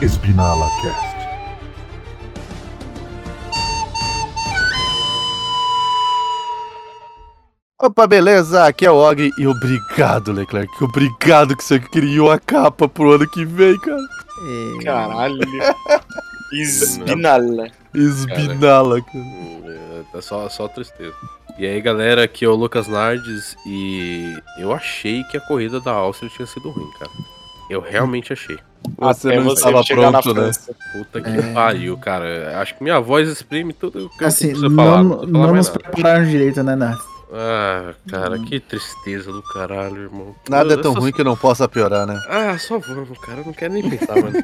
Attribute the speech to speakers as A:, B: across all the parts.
A: Espinala Cast.
B: Opa, beleza? Aqui é o Og e obrigado, Leclerc. Obrigado que você criou a capa pro ano que vem, cara.
C: É,
D: Caralho. Espinala.
B: Esbinala, cara.
E: É só, só tristeza. E aí, galera, aqui é o Lucas Nardes e eu achei que a corrida da Áustria tinha sido ruim, cara. Eu realmente achei.
B: Ah, Você
D: Até
B: não estava
D: É chegar na
B: pronto, né?
D: França.
E: Puta que
C: É.
E: pariu, cara. Acho que minha voz exprime tudo que eu
C: assim,
E: preciso
C: não,
E: falar. Não,
C: não,
E: preciso falar mais
C: nos
E: nada.
C: prepararam direito, né, Nath?
E: Ah, cara, que tristeza do caralho, irmão.
B: Nada é
E: Eu
B: tão
E: só-
B: ruim que não possa piorar, né?
E: Ah, só vamos, cara. Eu não quero nem pensar, mano.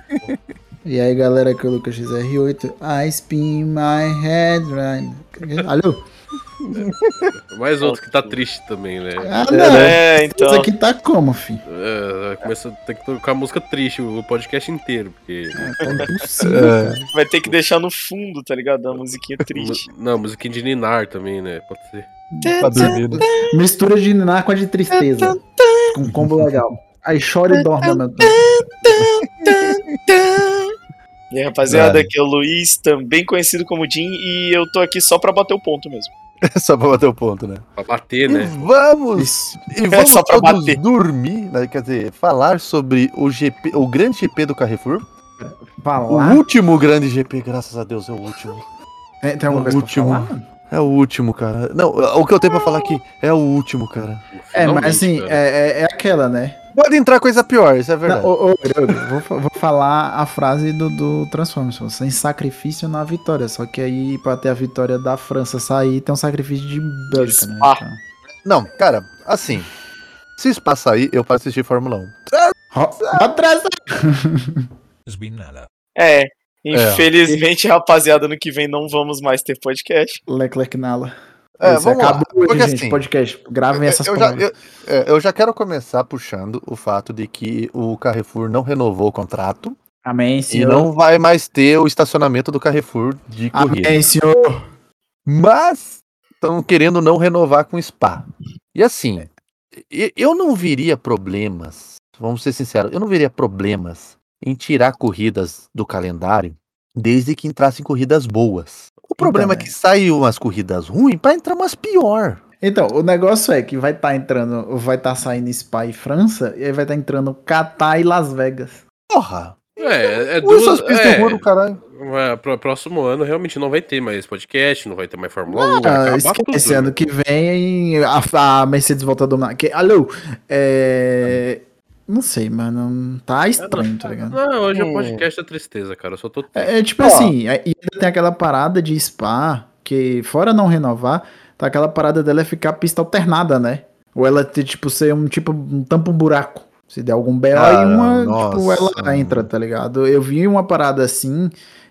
C: E aí, galera, aqui é o Lucas XR8. I spin my head right. Alô?
E: Mais outro que tá triste também, né?
C: Ah, não.
D: É,
C: Isso
D: então.
C: aqui tá como, fi?
E: Ah, começa a ter que tocar música triste o podcast inteiro, porque.
C: Tá impossível.
B: É,
D: Vai ter que deixar no fundo, tá ligado? A musiquinha triste.
E: Mu- Não, musiquinha de Ninar também, né? Pode ser.
B: tá dormindo.
C: Mistura de ninar com a de tristeza. Com um combo legal. Aí chora e dorme ao mesmo tempo.
D: E aí, rapaziada,
B: É.
D: aqui é o Luiz, também conhecido como Jim, e eu tô aqui só pra bater o ponto mesmo.
B: É Só pra bater o ponto, né?
E: Pra bater,
B: E
E: né?
B: vamos E vamos
D: É, só pra
B: todos
D: bater.
B: dormir, né? quer dizer, falar sobre o GP, o grande GP do Carrefour. O
C: Falar?
B: último grande GP, graças a Deus, é o último.
C: Tem, tem alguma
B: o
C: coisa
B: último.
C: pra falar?
B: É o último, cara. Não, o que eu tenho pra falar aqui é o último, cara.
C: É,
E: Tipo, Finalmente, né?
C: mas assim,
E: cara.
C: é, é, é aquela, né?
B: Pode entrar coisa pior, isso é verdade.
C: Não, ô, ô, Grogu, vou, fa- vou falar a frase do, do Transformers: pô, sem sacrifício na vitória. Só que aí, pra ter a vitória da França sair, tem um sacrifício de Bélgica, né?
D: Spa.
C: Então,
B: Não, cara, assim. Se espaço aí, eu para assistir Fórmula 1. Ah.
C: ro- atrás da-
A: Espinala.
D: É. Infelizmente, rapaziada, ano que vem não vamos mais ter podcast.
C: Leclerc Nala.
B: É,
C: Isso,
B: vamos lá.
C: acabou hoje,
B: Porque
C: gente.
B: assim,
C: podcast. Gravem essas
B: eu, já,
C: palavras.
B: eu- é, eu já quero começar puxando o fato de que o Carrefour não renovou o contrato
C: Amém,
B: e
C: senhor.
B: não vai mais ter o estacionamento do Carrefour de corrida.
C: Amém, senhor.
B: Mas estão querendo não renovar com o Spa. E assim, e- eu não viria problemas, vamos ser sinceros, eu não viria problemas em tirar corridas do calendário desde que entrassem corridas boas. O problema é
C: né?
B: que saiu umas corridas ruins para entrar umas pior.
C: Então, o negócio é que vai estar entrando, vai estar saindo Spa e França, e aí vai estar entrando Catar e Las Vegas.
B: Porra!
E: É, é
B: Usa
E: duas.
B: essas pistas
E: é,
B: ruins do caralho.
E: é, pró- próximo ano realmente não vai ter mais podcast, não vai ter mais Fórmula 1. vai
C: Ah,
E: acabar
C: esquece,
E: tudo,
C: ano
E: né?
C: que vem a, a Mercedes volta a dominar. Que, alô, é... Não sei, mano, tá estranho, tá ligado?
E: Não, hoje é
B: Hum.
E: o podcast da tristeza, cara. Eu só tô.
C: É, é tipo
B: Ó.
C: assim, é- e ainda tem aquela parada de Spa, que fora não renovar, tá aquela parada dela é ficar pista alternada, né? Ou ela ter, tipo, ser um tipo, um tampa-buraco. Se der algum BO, aí
B: Cara,
C: uma, tipo,
B: nossa,
C: ela entra, tá ligado? Eu vi uma parada assim,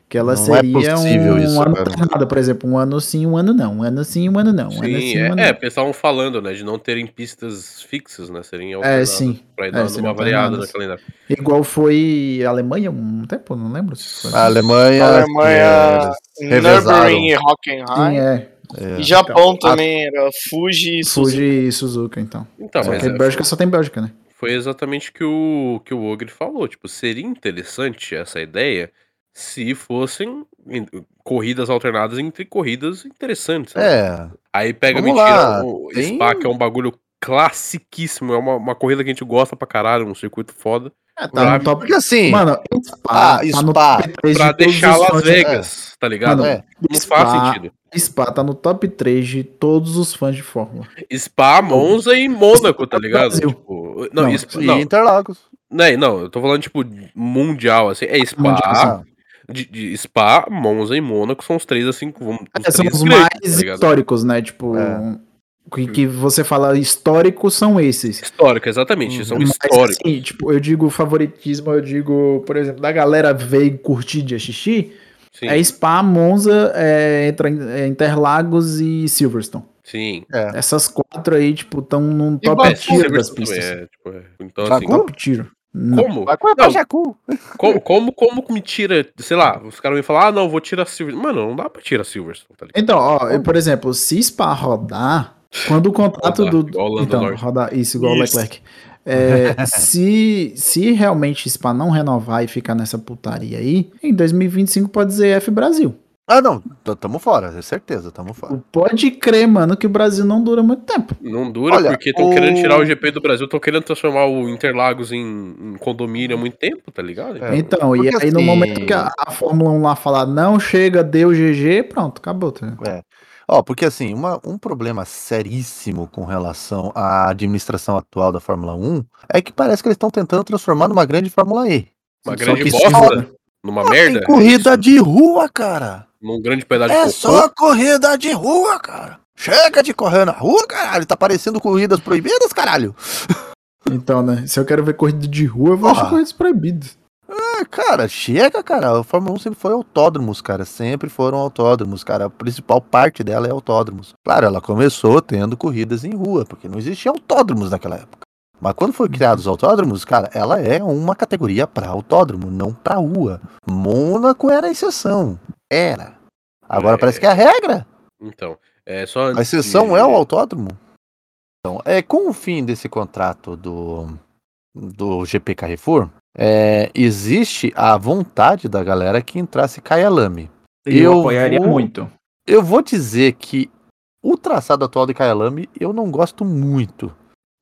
C: que ela
B: Não é
C: seria
B: possível
C: um,
B: isso,
C: ano
B: cara.
C: alternado, por exemplo, um ano sim, um ano não, um ano sim, um ano não, um ano
E: Sim,
C: sim, um ano
E: é, é,
C: não.
E: estavam falando, né, de não terem pistas fixas, né, serem
C: É,
E: alternadas
C: sim.
E: pra ir
C: É,
E: dando
C: seriam
E: uma variada no
C: alternadas.
E: calendário.
C: Igual foi a Alemanha um tempo, não lembro. Se foi.
B: A Alemanha.
D: Alemanha,
B: revezaram.
D: Nürburgring e
C: Sim,
D: Hockenheim.
C: é.
B: é,
D: E Japão também, era Fuji e Suzuki.
C: Fuji e Suzuka, então.
E: Então,
C: só
E: mas
C: que
E: é,
C: Bélgica só tem Bélgica, né?
E: foi exatamente que o que o Ogre falou, tipo, seria interessante essa ideia se fossem em- corridas alternadas entre corridas interessantes. né?
B: é.
E: Aí pega
B: Vamos
E: mentira
B: lá,
E: o
B: tem-
E: Spa, que é um bagulho classiquíssimo, é uma, uma corrida que a gente gosta pra caralho, um circuito foda,
C: É,
E: Pra
C: tá no top
B: Porque assim.
C: Mano, Spa,
B: Ah,
C: tá no
B: Spa.
C: top 3
E: pra
C: de todos
E: deixar
C: os
E: Las
C: fãs de-
E: Vegas, tá ligado?
C: Mano,
B: é.
E: Não
C: Spa,
E: faz sentido.
C: Spa tá no top 3 de todos os fãs de Fórmula.
E: Spa, Monza e Mônaco, tá
C: Spa,
E: ligado?
C: Brasil.
E: Tipo, não,
C: Não,
E: Spa-
B: E
E: não,
B: Interlagos.
E: né, não, eu tô falando, tipo, mundial, assim, é Spa,
C: Mundial.
E: de, de Spa, Monza e Mônaco são os três, assim, que vão-
C: É, são
E: três
C: os
E: grandes,
C: mais
E: tá ligado?
C: históricos, né? Tipo,
B: É.
C: que, que você fala históricos são esses.
E: Histórico, exatamente,
B: Uhum.
E: são
C: Mas,
E: históricos.
C: assim, tipo, eu digo favoritismo, eu digo, por exemplo, da galera ver e curtir de assistir,
E: Sim,
C: é Spa, Monza, é, entra, é Interlagos e Silverstone.
E: sim.
B: É.
C: Essas quatro aí, tipo, estão num top
E: É,
C: tiro das
E: Silverstone
C: pistas.
E: também, é, tipo, é. Então,
B: Tá
E: assim,
B: com-
C: Top tiro.
E: como?
B: Vai com a
E: Não,
B: Pajacu.
E: Como, como, como que me tira, sei lá, os caras me falam, ah, não, vou tirar Silverstone. Mano, não dá pra tirar Silverstone, tá ligado?
C: Então, ó, eu, por exemplo, se Spa rodar, quando o contrato
E: Rodar,
C: do.
E: igual o Lando
C: então,
E: Norris.
C: rodar isso, igual o
D: Isso.
C: Leclerc.
F: É, se, se realmente SPA não renovar e ficar nessa putaria aí, em 2025 pode ser F Brasil.
B: Ah, não, t- tamo fora, é certeza, tamo fora.
F: Pode crer, mano, que o Brasil não dura muito tempo.
E: Não dura
B: Olha,
E: porque estão
B: o-
E: querendo tirar o GP do Brasil, estão querendo transformar o Interlagos em, em condomínio há muito tempo, tá ligado?
B: É,
F: então, e aí
B: porque
F: no
B: assim-
F: momento que a, a Fórmula 1 lá falar não chega, deu GG, pronto, acabou. Tá? ligado?
B: Ó, porque assim, uma- um problema seríssimo com relação à administração atual da Fórmula 1 é que parece que eles estão tentando transformar numa grande Fórmula E.
E: Uma
F: Só
E: grande
F: que se
E: bosta, né?
F: roda.
E: Numa
B: Mas
E: merda.
B: Tem corrida
E: isso,
B: de rua, cara.
E: Num grande pedaço
B: É
E: de
B: só corrida de rua, cara. Chega de correr na rua, caralho. Tá parecendo corridas proibidas, caralho.
F: Então, né? Se eu quero ver corrida de rua, eu vou achar
B: Porra.
F: corridas proibidas.
B: Ah, cara, chega, cara. A Fórmula 1 sempre foi autódromos, cara. Sempre foram autódromos, cara. A principal parte dela é autódromos. Claro, ela começou tendo corridas em rua, porque não existia autódromos naquela época. Mas quando foi criados os autódromos, cara, ela é uma categoria pra autódromo, não pra rua. Mônaco era a exceção. Era. Agora
E: É.
B: parece que é a regra.
E: Então, é só.
B: A
E: antes
B: exceção
E: de-
B: é o autódromo. Então, é com o fim desse contrato do, do GP Carrefour, é, existe a vontade da galera que entrasse Kyalami.
C: Eu,
B: Eu
C: apoiaria
B: vou-
C: muito.
B: Eu vou dizer que o traçado atual de Kyalami eu não gosto muito.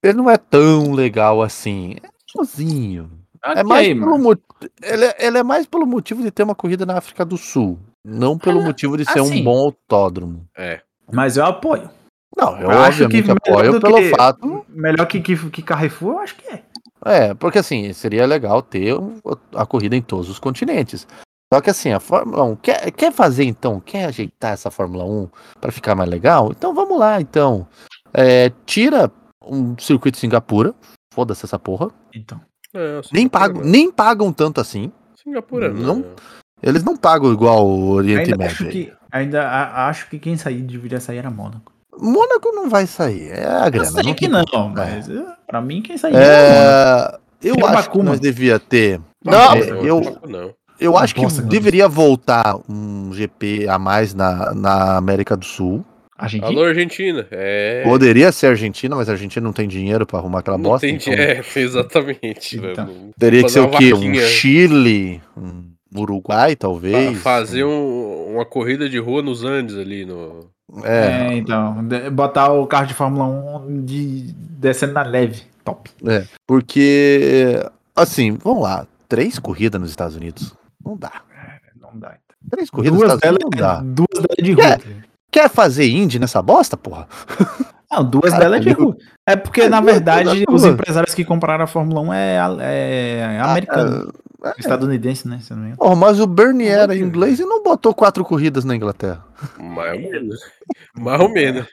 B: Ele não é tão legal assim. É sozinho. É
C: Ok,
B: mais
C: mano.
B: pelo mo- ele, é- ele é mais pelo motivo de ter uma corrida na África do Sul. Não pelo
C: Ah,
B: motivo de ser
C: assim.
B: um bom autódromo.
E: É.
C: Mas eu apoio.
B: Não, eu,
C: Eu acho
B: obviamente
C: que melhor
B: apoio
C: do
B: pelo
C: que-
B: fato.
C: Melhor que, que, que Carrefour, eu acho que é.
B: É, porque assim, seria legal ter um- a corrida em todos os continentes. Só que assim, a Fórmula 1 quer, quer fazer então, quer ajeitar essa Fórmula 1 para ficar mais legal? Então vamos lá, então. É, tira um circuito de Singapura, foda-se essa porra.
C: Então.
E: é
B: Nem,
E: Singapura,
B: pagam,
E: mano.
B: nem pagam tanto assim.
E: Singapura,
B: Não.
E: não.
B: Eles não pagam igual o Oriente
C: Ainda
B: Médio.
C: acho, que, ainda a- acho que quem sair deveria sair era Mônaco.
B: Mônaco não vai sair, é a
C: Eu
B: grana.
C: sei
B: não tem
C: que não,
B: É.
C: mas eh, pra mim quem sair era
B: É, eu
C: Tira o
B: acho
C: Baku,
B: que nós
C: mano.
B: devia ter.
C: Não,
B: Não,
C: é,
B: eu,
E: Não.
B: Eu acho que
C: Nossa, mano.
B: deveria voltar um GP a mais na, na América do Sul.
C: A gente
E: Alô, Argentina. É.
B: Poderia ser Argentina, mas a Argentina não tem dinheiro pra arrumar aquela
E: Não
B: bosta.
E: tem
B: então
E: dinheiro, exatamente.
C: Então.
E: velho.
B: Teria que
E: Fazer
B: ser o
E: uma
B: quê? Um
E: vaquinha.
B: Chile, um Uruguai,
E: Fa-
B: talvez.
E: Fazer um- uma corrida de rua nos Andes ali no.
B: É,
C: É, então, de- botar o carro de Fórmula 1 de, descendo na leve. Top.
B: porque. Assim, vamos lá. Três corridas nos Estados Unidos. Não dá.
C: Não dá. então.
B: Três corridas
C: Duas
B: nos Estados
C: delas é-
B: Unidos não dá. É.
C: duas delas de rua.
B: Quer fazer Indy nessa bosta, porra?
C: Não, duas
B: Cara,
C: delas é de
B: entendeu?
C: rua. É porque,
B: É,
C: na
B: duas
C: verdade,
B: delas é
C: os
B: rua.
C: empresários que compraram a Fórmula 1 é, a- é
B: Ah,
C: americano,
B: é.
C: estadunidense, né? Se eu não me engano.
B: Porra, mas o Bernie
C: Não
B: era
C: tem.
B: inglês e não botou quatro corridas na Inglaterra.
E: Mais
B: É.
E: ou menos. Mais ou menos.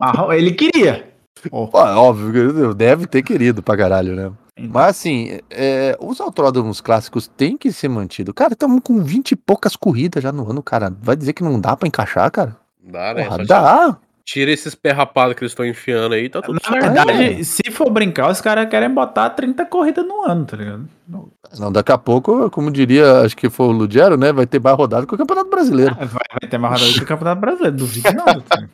C: Marrom, Ah, ele queria.
B: Pô, é óbvio, que deve ter querido pra caralho, né?
C: Então.
B: Mas assim, é, os autódromos clássicos têm que ser mantidos. Cara, estamos com 20 e poucas corridas já no ano, cara. Vai dizer que não dá pra encaixar, cara?
E: Dá, né?
B: Porra,
E: Só
B: dá.
E: Tira esses pé rapados que eles estão enfiando aí, tá tudo
B: é.
C: Na
E: certo.
C: verdade, se for brincar, os caras querem botar 30 corridas no ano, tá ligado?
B: Não, daqui a pouco, como diria, acho que foi o Lugero, né? Vai ter mais rodada que o Campeonato Brasileiro.
C: Vai, vai ter mais rodada do Campeonato Brasileiro, duvido nada. tá ligado?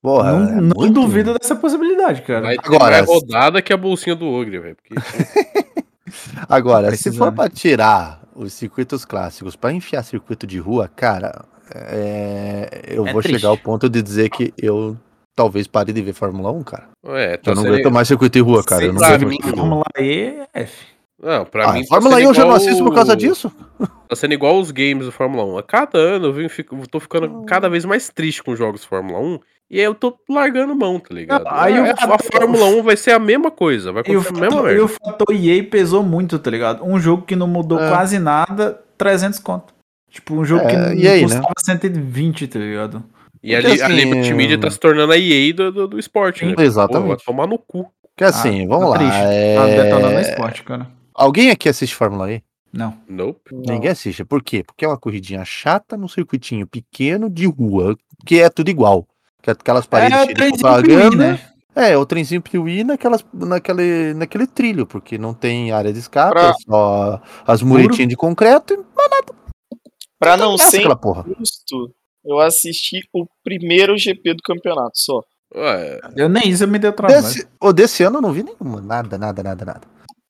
B: Porra,
C: não
B: é
C: não
B: muito-
C: duvido dessa possibilidade, cara.
E: Vai ter
B: Agora,
E: mais
B: se-
E: rodada que a bolsinha do Ogre, velho. Porque
B: Agora,
C: Tá
B: se for
C: precisando.
B: pra tirar os circuitos clássicos pra enfiar circuito de rua, cara, é, eu
C: É
B: vou
C: triste.
B: chegar ao ponto de dizer que eu talvez pare de ver Fórmula 1, cara.
E: É,
B: Eu
E: tá
B: não
E: sendo-
B: aguento mais circuito de rua, cara. Eu não
E: Pra
B: aguento
E: mim,
B: mais circuito de rua.
C: Vamos lá, E é F.
E: Não, pra
B: Ah,
E: mim. tá
B: Fórmula
E: sendo
B: 1 eu já não
E: igual
B: assisto por causa disso.
E: Tá sendo igual os games do Fórmula 1. A cada ano eu venho fico- eu tô ficando cada vez mais triste com os jogos de Fórmula 1. E aí eu tô largando mão, tá ligado?
C: Não, aí
E: a,
C: o
E: a
C: fator-
E: Fórmula 1 vai ser a mesma coisa. Vai
C: E o,
E: continuar a mesma
C: fator, e
E: merda.
C: o fator EA pesou muito, tá ligado? Um jogo que não mudou
B: É.
C: quase nada, 300 conto. Tipo, um jogo
B: É,
C: que não
B: e aí, né?
C: custava 120, tá ligado?
E: E a,
B: Porque
E: li, a
B: assim,
E: Liberty
B: é-
E: Media tá se tornando a EA do, do, do esporte, né?
B: Exatamente.
E: vai tomar no cu.
B: Que assim,
C: Ah,
B: vamos
C: tá
B: lá.
C: triste.
B: é-
C: Tá detonando no esporte, cara.
B: Alguém aqui assiste Fórmula E?
C: Não.
E: Nope.
B: Ninguém assiste. Por quê? Porque é uma corridinha chata num circuitinho pequeno de rua, que é tudo igual. Que é aquelas paredes
C: o
B: cheias de
C: trenzinho Piuí,
B: propaganda.
C: né?
B: É, o trenzinho Piuí naquelas, naquele, naquele trilho, porque não tem área de escape,
D: Pra-
B: é só as muretinhas de concreto. e
D: Pra não
B: graça
D: ser
B: aquela porra.
D: injusto, eu assisti o primeiro GP do campeonato só.
E: Ué,
C: Eu nem isso eu me deu trabalho.
B: Desse, ô, desse ano eu não vi nenhuma. Nada, nada, nada, nada.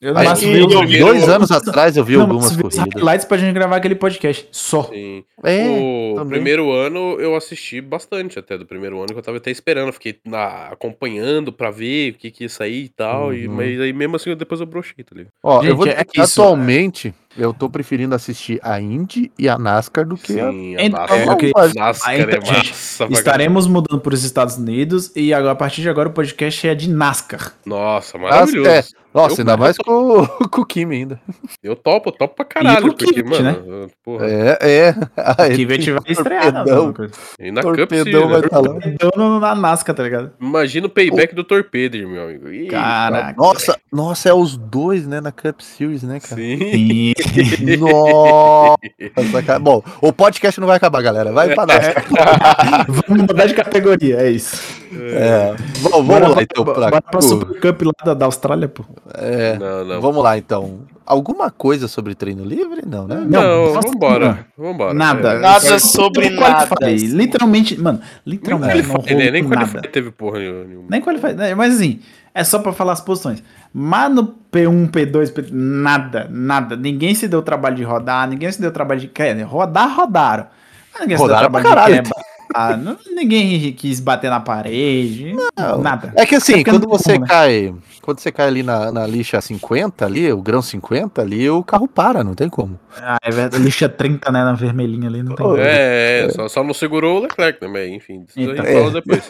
C: Eu
B: Mas
C: máximo
D: que
C: vi-
D: eu vi-
B: Dois anos atrás eu vi
C: não,
B: algumas
C: mas vi os
B: corridas.
C: highlights pra gente gravar aquele podcast. Só.
E: Sim.
B: É,
E: o
B: também.
E: primeiro ano eu assisti bastante até do primeiro ano, que eu tava até esperando, eu fiquei na- acompanhando pra ver o que que ia sair e tal, e,
B: Uhum.
E: mas aí mesmo assim eu- depois eu brochei, tá ligado?
B: ó, eu
C: Gente,
B: vou
C: é
B: dizer,
C: isso,
B: atualmente eu tô preferindo assistir a Indy e a NASCAR do que é? a um,
E: Sim, É, a
C: Então,
E: NASCAR,
C: ok.
E: a NASCAR
C: Ah, então,
E: é
C: gente,
E: massa. pra
C: Estaremos mudando para os Estados Unidos e agora, a partir de agora o podcast é de NASCAR.
E: caralho. Nossa, maravilhoso.
B: é. Nossa,
E: Eu-
B: ainda mais com, o- com o Kimi ainda.
E: Eu topo, eu topo pra caralho,
C: E o
E: porque,
C: Kivet,
E: mano, porra,
B: É, é. Ah,
C: Que vai estrear. né,
B: Torpedão.
C: alguma coisa.
E: e na Cup
B: É, Torpedão vai
E: Series, né?
B: estar lá.
C: Então no- na NASCAR, tá ligado?
E: imagina o payback do Torpedo, meu amigo. Ih,
C: Caraca.
B: Nossa, nossa, é os dois, né, na Cup Series, né, cara?
E: sim.
C: Sim.
B: Nossa, cara. Bom, o podcast não vai acabar, galera. Vai pra NASCAR.
C: Vamos mudar de categoria, é isso.
B: É. Bom,
C: Bora
B: vamos lá,
C: pra-
B: então,
C: Bora
B: pra...
C: pra Super Cup lá da, da Austrália, pô.
B: É.
E: Não, não.
B: Vamos lá, então. Alguma coisa sobre treino livre? Não, né?
E: Não,
C: Não, nossa,
E: vambora. Vambora.
C: Nada.
D: Nada sobre
C: é, Nem qualify,
D: nada.
C: Literalmente, mano, literalmente
E: Ele
C: não
E: fa- ele nem
C: rolou nada.
E: qualified teve porra nenhuma.
C: Nem qualify, né? mas assim, é só pra falar as posições. Mas no P1, P2, P... nada, nada. Ninguém se deu o trabalho de rodar, ninguém se deu o trabalho de. Quer dizer, rodar, rodaram. Mas ninguém
B: Rodaram
C: se deu o
B: pra
C: trabalho de quebrar. não- ninguém quis bater na parede.
B: Não.
C: Nada.
B: É que assim,
C: Tá ficando
B: quando você
C: bom, né?
B: cai. Quando você cai ali na, na lixa 50 ali, o grão 50 ali, o carro para, não tem como.
C: Ah, é verdade. Lixa 30, né? Na vermelhinha ali, não tem.
B: Ô,
C: como.
E: É, é, só, só não segurou o Leclerc também, enfim. Isso a
C: Então,
E: gente fala depois.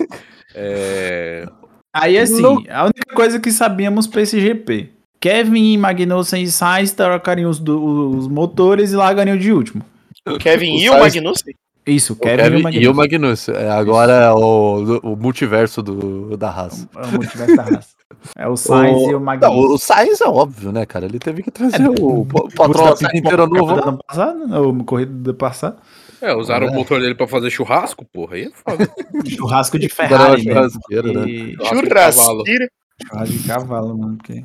E: É,
C: Aí assim,
B: Não-
C: a única coisa que sabíamos pra esse GP. Kevin, Magnussen e Sainz trocariam os, do- os motores e largariam de último.
D: Kevin e
B: O
D: o
B: Sainz-
D: Magnussen?
C: Isso,
B: O
C: Kevin,
B: Kevin e o
C: Magnussen.
B: Magnussen. É, agora o, o multiverso do, da raça.
C: É o multiverso da raça. É o Sainz e o
B: Não,
C: Magnussen.
B: o Sainz é óbvio, né, cara? Ele teve que
C: É,
B: trazer o, o Patrol
C: Gustavo
B: inteiro
C: Pipoca
B: novo. né?
C: do ano passado, né? ou corrida do passado.
E: é, usaram o motor dele pra fazer churrasco, porra. Aí é foda.
C: Churrasco de
B: Era
C: Ferrari. né?
B: churrasqueiro, né?
C: E-
E: Churrasco de cavalo.
D: Churrasqueira.
C: Churrasco de cavalo, mano. porque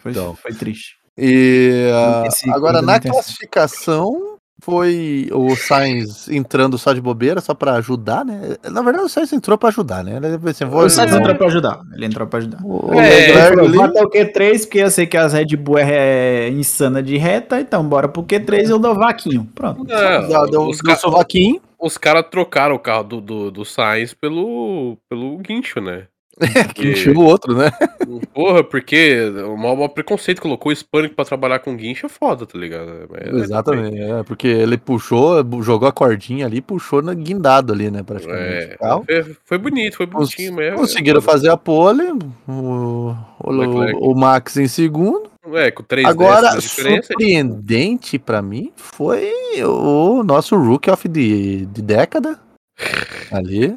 C: Foi,
B: Então,
C: foi triste.
B: e ah,
C: Esse
B: agora
C: corrida
B: na
C: não tem-
B: classificação foi o Sainz entrando só de bobeira, só pra ajudar, né? Na verdade o Sainz entrou pra ajudar, né? Ele pensou, vou
C: O Sainz
B: ajudar.
C: entrou pra ajudar. Ele entrou pra ajudar.
B: O
E: É,
B: Leclerc
C: Ele falou,
B: ali-
C: Bota o Q3, porque eu sei que as Red Bull é é insana de reta, então bora pro Q3 eu dou vaquinho. Pronto.
E: Não,
B: Dá- deu-
E: os
B: deu
E: ca-
B: sovaquinho.
E: os caras trocaram o carro do, do, do Sainz pelo, pelo guincho, né?
B: Que encheu o outro, né?
E: Porra, porque o maior, maior preconceito colocou o Hispanic pra trabalhar com guincho é foda, tá ligado? Mas-
B: Exatamente, é, porque ele puxou, bu- jogou a cordinha ali, puxou na- guindado ali, né, praticamente.
E: É,
B: Tal.
E: foi, foi bonito, foi
B: Cons-
E: bonitinho é mesmo.
B: Conseguiram fazer a pole, o, o-
E: Leclerc.
B: o Max em segundo.
E: É, com três
B: Agora,
E: décimas de diferença. tipo,
B: surpreendente pra mim foi o nosso Rookie of the, de década ali,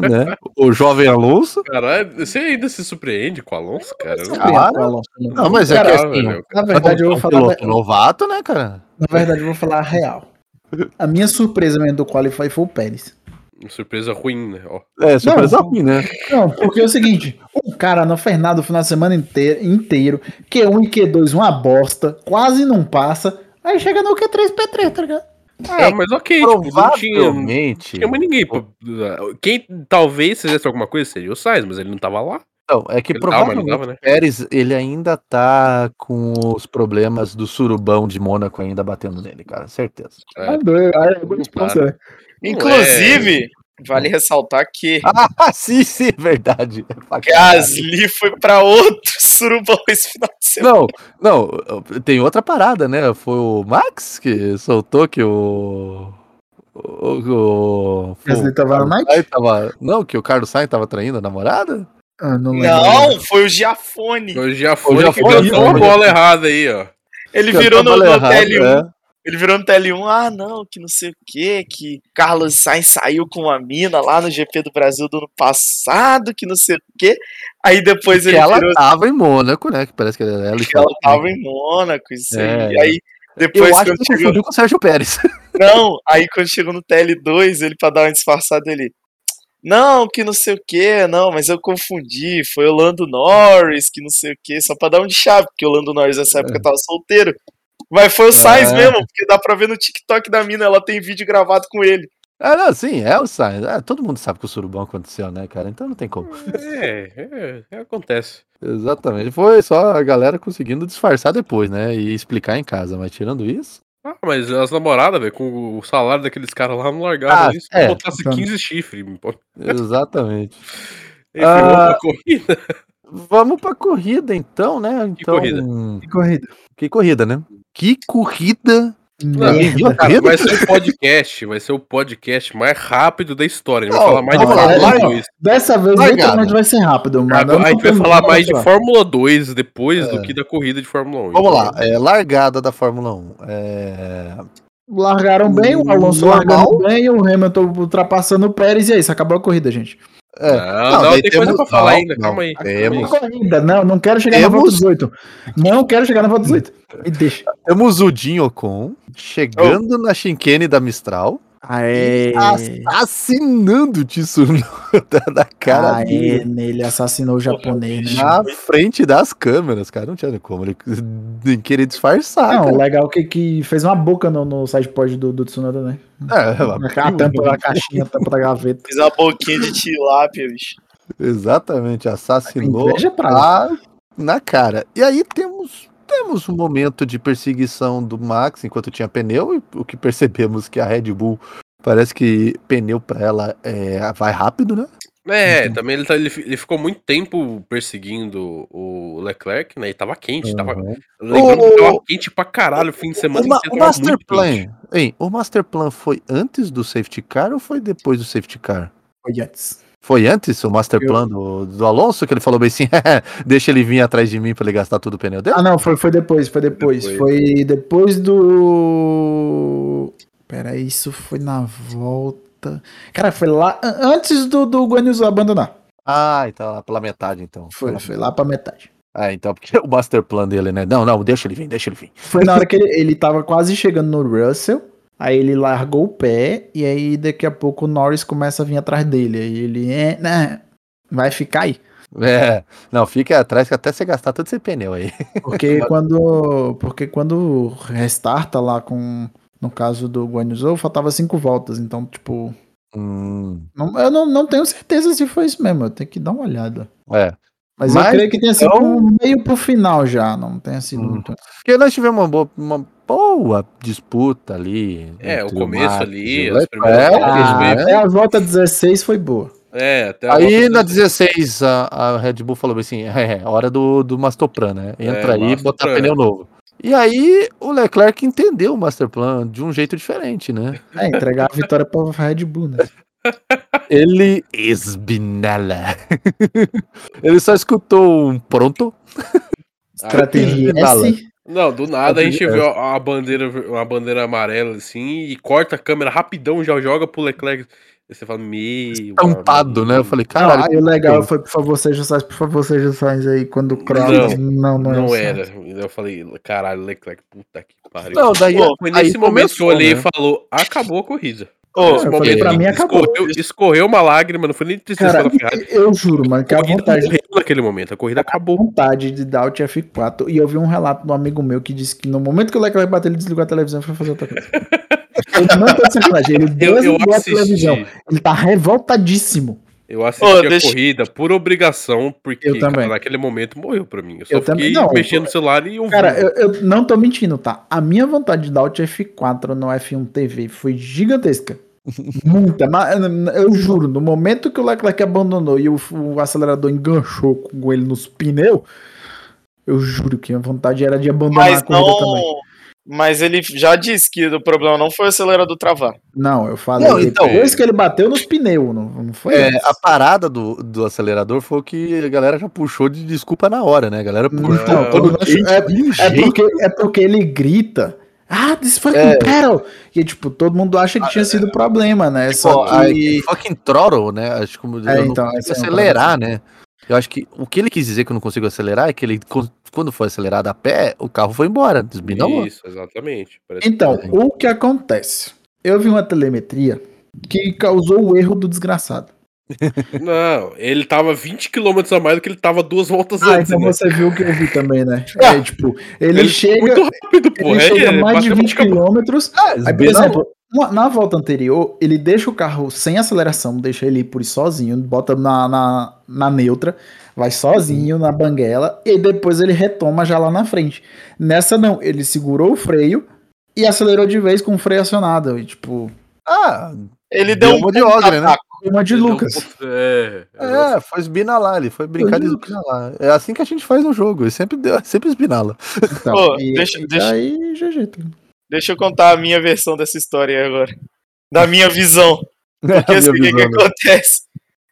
B: né? O jovem Alonso.
E: Caralho, você ainda se surpreende com o Alonso, cara?
B: Cara, não, mas é que
E: Caralho,
B: assim,
E: velho.
G: Na verdade, eu
B: é
G: vou
B: um
G: falar.
B: piloto novato, né, cara?
G: Na verdade, eu vou falar a real. A minha surpresa mesmo do Qualify foi o Pérez.
E: Surpresa ruim, né? Ó.
B: É, surpresa
G: Não.
B: ruim, né?
G: Não, porque é o seguinte: o cara não fez nada o final de semana inteiro, inteiro Q1 e Q2, uma bosta, quase não passa. Aí chega no Q3, P3, tá ligado?
E: Ah, mas ok, tipo, não tinha, não
B: É, Provavelmente.
E: tinha mais ninguém. pra- Quem talvez fizesse alguma coisa seria o Sainz, mas ele não tava lá.
B: Então, é que
E: Ele tava, mas não
B: provavelmente
E: tava, né?
B: o Pérez ele ainda tá com os problemas do surubão de Mônaco ainda batendo nele, cara, certeza.
E: É.
G: Ah, doido, ah, é muito
E: Claro.
G: fácil, né?
E: Não
D: Inclusive, vale ressaltar que
B: Ah, sim, sim, verdade. É pra caralho.
D: Gasly foi pra outro surubão esse final de semana.
B: Não, não, tem outra parada, né? Foi o Max que soltou que o. O. o, o
G: Gasly tava no
B: Carlos
G: Nike?
B: Sainz tava- não, que o Carlos Sainz tava traindo a namorada?
G: Ah, não lembro.
D: Não, foi o Giafone.
E: O
B: O
E: Giafone que
B: Giafone,
E: cantou tipo, uma
B: Giafone.
E: bola errada aí, ó.
D: Ele
B: Que eu
D: virou no,
B: tava
D: no
B: errado,
D: TL1.
B: né?
D: Ele virou no TL1, ah não, que não sei o que, que Carlos Sainz saiu com uma mina lá no GP do Brasil do ano passado, que não sei o que. Aí depois
B: Que
D: ele
B: ela
D: virou
B: tava em Mônaco, né? Que parece que ela, ela
D: que ela tava em Mônaco, isso
B: É.
D: aí. Aí depois
B: Eu acho
D: quando
B: que
D: chegou.
B: confundiu com o Sérgio Pérez.
D: Não, aí quando chegou no TL2, ele pra dar uma disfarçada ele. Não, que não sei o que, não, mas eu confundi, foi o Lando Norris, que não sei o que, só pra dar um de chave, porque o Lando Norris nessa época tava solteiro. Mas foi o Sainz
B: É.
D: mesmo, porque dá pra ver no TikTok da mina, ela tem vídeo gravado com ele.
B: Ah, não, sim, é o Sainz. Ah, todo mundo sabe que o surubão aconteceu, né, cara? Então não tem como.
E: É, é, é, acontece.
B: Exatamente. Foi só a galera conseguindo disfarçar depois, né? E explicar em casa. Mas tirando isso.
E: Ah, mas as namoradas, velho, com o salário daqueles caras lá, não largaram
B: Ah,
E: isso.
B: é,
E: Se botasse
C: então.
E: 15 chifres, pô.
B: Exatamente.
E: Ele
B: Ah.
E: filmou uma corrida.
B: Vamos pra corrida, então, né? Então,
E: corrida?
C: Que corrida.
B: Que corrida, né? Que corrida. Ninguém viu a
C: Merda.
B: corrida?
E: tá, Vai ser o podcast, vai ser o podcast mais rápido da história. A gente
B: Não,
E: vai falar mais de
B: vamos lá,
E: Fórmula
B: vai, ó.
E: 2.
C: Dessa vez,
B: Largada.
C: literalmente, vai ser rápido, mano. Eu
E: Agora
C: não
E: a gente vai
C: tô
E: falar
C: muito
E: mais de
C: pra-
E: Fórmula 2 depois
B: É.
E: do que da corrida de Fórmula 1.
B: Vamos lá. É, largada da Fórmula 1. É,
C: Largaram bem, o Alonso
B: Normal.
C: largando bem, o Hamilton ultrapassando o Pérez, e é isso, acabou a corrida, gente.
B: é.
E: Não, não,
B: daí
E: tem coisa
B: temos-
E: pra falar
B: não,
E: ainda,
B: não,
E: calma aí.
B: Temos,
C: Corrida, não, não quero chegar na volta
B: Temos-
C: 18. Não quero chegar na volta 18. Me deixa.
B: temos o Jim Ocon chegando na chinquene da Mistral.
C: Aê.
B: assassinando o Tsunoda na cara
C: Ah,
B: dele.
C: Aê, nele assassinou o japonês, né?
B: Na frente das câmeras, cara. Não tinha como ele nem querer disfarçar.
C: Não,
B: Ah, cara.
C: legal é que, que fez uma boca no, no side pod do, do Tsunoda, né?
B: É, ela
C: A
B: abriu,
C: tampa
B: né?
C: da caixinha, a tampa da gaveta.
D: Fiz uma boquinha de tilápia, bicho.
B: Exatamente, assassinou
C: Inveja é pra lá.
B: lá na cara. E aí temos temos um momento de perseguição do Max enquanto tinha pneu, e o que percebemos que a Red Bull parece que pneu pra ela é, vai rápido, né?
E: É, também ele, tá- ele fi- ele ficou muito tempo perseguindo o Leclerc, né? E tava quente, tava. Lembrando que tava quente pra caralho o fim de semana
B: Uhum. O, ma-
E: inteiro,
B: o
E: tava
B: master
E: é um muito quente.
B: plan, hein, o master plan foi antes do safety car ou foi depois do safety car?
C: Foi antes.
B: Foi antes o master
C: Eu-
B: plan do, do Alonso que ele falou bem assim, deixa ele vir atrás de mim pra ele gastar todo o pneu dele?
C: Ah, não, foi, foi depois, foi depois.
E: Depois.
C: Foi depois do. Pera, isso foi na volta. Cara, foi lá an- antes do, do Guanilson abandonar.
B: Ah, então lá pela metade então.
C: Foi,
B: Pela-
C: foi lá pra metade.
B: Ah, então porque o master plan dele, né? Não, não, deixa ele vir, deixa ele vir.
C: Foi na hora que ele, ele tava quase chegando no Russell. Aí ele largou o pé. E aí daqui a pouco o Norris começa a vir atrás dele. Aí ele. É, né, vai ficar aí.
B: É, não, fica atrás que até você gastar todo esse pneu aí.
C: Porque quando, porque quando restarta lá com, no caso do Guanizou, faltava cinco voltas. Então, tipo,
B: Hum,
C: não- eu não, não tenho certeza se foi isso mesmo. Eu tenho que dar uma olhada.
B: é.
C: Mas, eu
B: Mas,
C: creio que tenha sido um
B: então-
C: meio pro final já. Não tenha sido
B: Hum.
C: muito.
B: Porque nós tivemos uma boa, uma boa disputa ali.
E: É, o
B: entre
E: começo
B: Max
E: ali,
B: e o
E: as primeiras
B: Leclerc,
E: voltas,
C: Ah,
E: meio-
B: né?
C: até a volta 16 foi boa.
E: É, até a
B: Aí
E: volta
B: na
E: do-
B: 16 a, a Red Bull falou assim: é, é, hora do, do Mastoplan, né? Entra
E: É,
B: aí e botar
E: Masterplan.
B: pneu novo. E aí o Leclerc entendeu o Masterplan de um jeito diferente, né?
C: É, entregar a vitória pra Red Bull, né?
B: Ele. Esbinela. Ele só escutou um pronto.
C: Estratégia
B: bala.
C: S.
E: Não, do nada a
B: é.
E: gente vê a a bandeira, uma bandeira amarela assim e corta a câmera rapidão, já joga pro Leclerc. Aí você fala, meu.
B: tampado,
E: amigo.
B: né? Eu falei,
C: Não,
B: caralho.
C: aí o legal foi, por favor, seja o Sainz, por favor, seja o Sainz aí. Quando o Cross. Não, não,
E: Não,
C: é o Sainz.
E: era. Eu falei, caralho, Leclerc, puta que pariu.
B: Não, daí,
D: Pô,
E: Foi
B: aí
E: nesse momento
B: começou,
E: que eu olhei
B: né?
E: e falou, acabou a corrida.
D: Ô,
E: Esse
C: eu falei,
E: momento
C: pra
E: que
C: mim acabou.
E: Escorreu, escorreu uma lágrima, não foi nem tristeza
C: Cara,
E: pela Ferrari.
C: eu juro, mano, que
E: A
C: a
E: corrida
C: vontade,
E: morreu naquele momento, a corrida
C: a
E: acabou.
C: vontade de dar o F4. E eu vi um relato de um amigo meu que disse que no momento que o Leclerc bateu, ele desligou a televisão e foi fazer outra coisa. ele não tá de sacanagem, ele
E: Eu, eu
C: desligou a
E: assisti,
C: televisão. Ele tá revoltadíssimo.
E: eu assisti
D: Ô,
E: a
D: deixa-
E: corrida por obrigação, porque
C: Eu também.
E: cara, naquele momento morreu pra mim. Eu só
C: Eu também
E: fiquei
C: não.
E: mexendo no celular e ouvindo.
C: Cara, eu, eu não tô mentindo, tá? A minha vontade de dar o F4 no F1 TV foi gigantesca. Muita, mas eu juro, no momento que o Leclerc abandonou e o, o acelerador enganchou com ele nos pneus, eu juro que a vontade era de abandonar
D: Mas
C: a corrida também.
D: não. Mas ele já disse que o problema não foi o acelerador travar.
C: Não, eu falei
B: Não, então-
C: depois que ele bateu nos pneus, não, não foi?
B: É,
C: antes.
B: a parada do, do acelerador foi o que a galera já puxou de desculpa na hora, né? A galera puxou
C: Não,
B: todo
C: eu
B: mundo
C: acho-
B: de um
C: É
B: jeito.
C: porque, é porque ele grita. Ah, this fucking
B: É.
C: battle! E tipo, todo mundo acha que
B: Ah,
C: tinha sido problema, né?
B: Pô,
C: Só
B: a-
C: que.
B: fucking throttle, né? Acho que eu
C: É,
B: não
C: então,
B: consigo
C: essa é uma
B: acelerar, né? Eu acho que o que ele quis dizer que eu não consigo acelerar é que ele, co- quando foi acelerado a pé, o carro foi embora, desbindalou.
E: Isso, exatamente. Parece
C: Então,
E: que-
C: o que acontece? Eu vi uma telemetria que causou o erro do desgraçado.
E: Não, ele tava 20 km a mais do que ele tava duas voltas
C: Ah,
E: antes,
C: então
E: né?
C: você viu o que eu vi também, né? É, tipo, ele,
E: Ah, Ele-
C: chega,
E: Muito rápido, pô.
C: ele
E: é,
C: chega
E: ele
C: mais de
E: bateu
C: 20
E: na cabeça.
C: quilômetros. Aí, por
B: Desbindalou.
C: exemplo, na, na volta anterior, ele deixa o carro sem aceleração, deixa ele ir por aí sozinho, bota na, na, na neutra. Vai sozinho na banguela e depois ele retoma já lá na frente. Nessa não, ele segurou o freio e acelerou de vez com o freio acionado. E, tipo,
B: Ah,
D: Ele deu,
B: uma
D: um
B: de Osler, né?
C: uma de
E: Entendeu?
C: Lucas.
E: um É,
B: É, foi esbinalar, ele foi brincar de
C: Foi
B: esbinalar. É assim que a gente faz no jogo, ele sempre, deu- sempre esbinala.
C: Então,
D: Pô,
C: e,
D: deixa-
C: e
D: deixa-
C: aí, GG. tá?
D: Deixa eu contar a minha versão dessa história aí agora. Da minha visão.
B: É,
D: Porque assim, o que, que
B: minha visão, né?
D: acontece?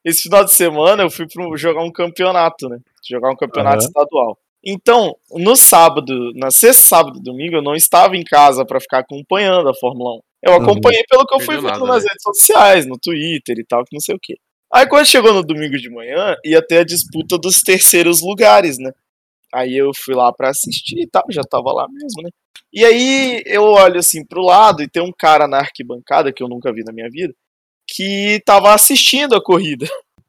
D: Esse final de semana eu fui pro, jogar um campeonato, né? Jogar um campeonato
B: Aham.
D: estadual. Então, no sábado, na sexta, sábado e domingo, eu não estava em casa pra ficar acompanhando a Fórmula 1. Eu
B: Uhum.
D: acompanhei pelo que eu fui
E: Perdeu
D: vendo
E: nada,
D: Então nas
E: né?
D: redes sociais, no Twitter e tal, que não sei o quê. Aí quando chegou no domingo de manhã, ia ter a disputa dos terceiros lugares, né? Aí eu fui lá pra assistir e tal, já tava lá mesmo, né? E aí eu olho assim pro lado e tem um cara na arquibancada que eu nunca vi na minha vida que tava assistindo a corrida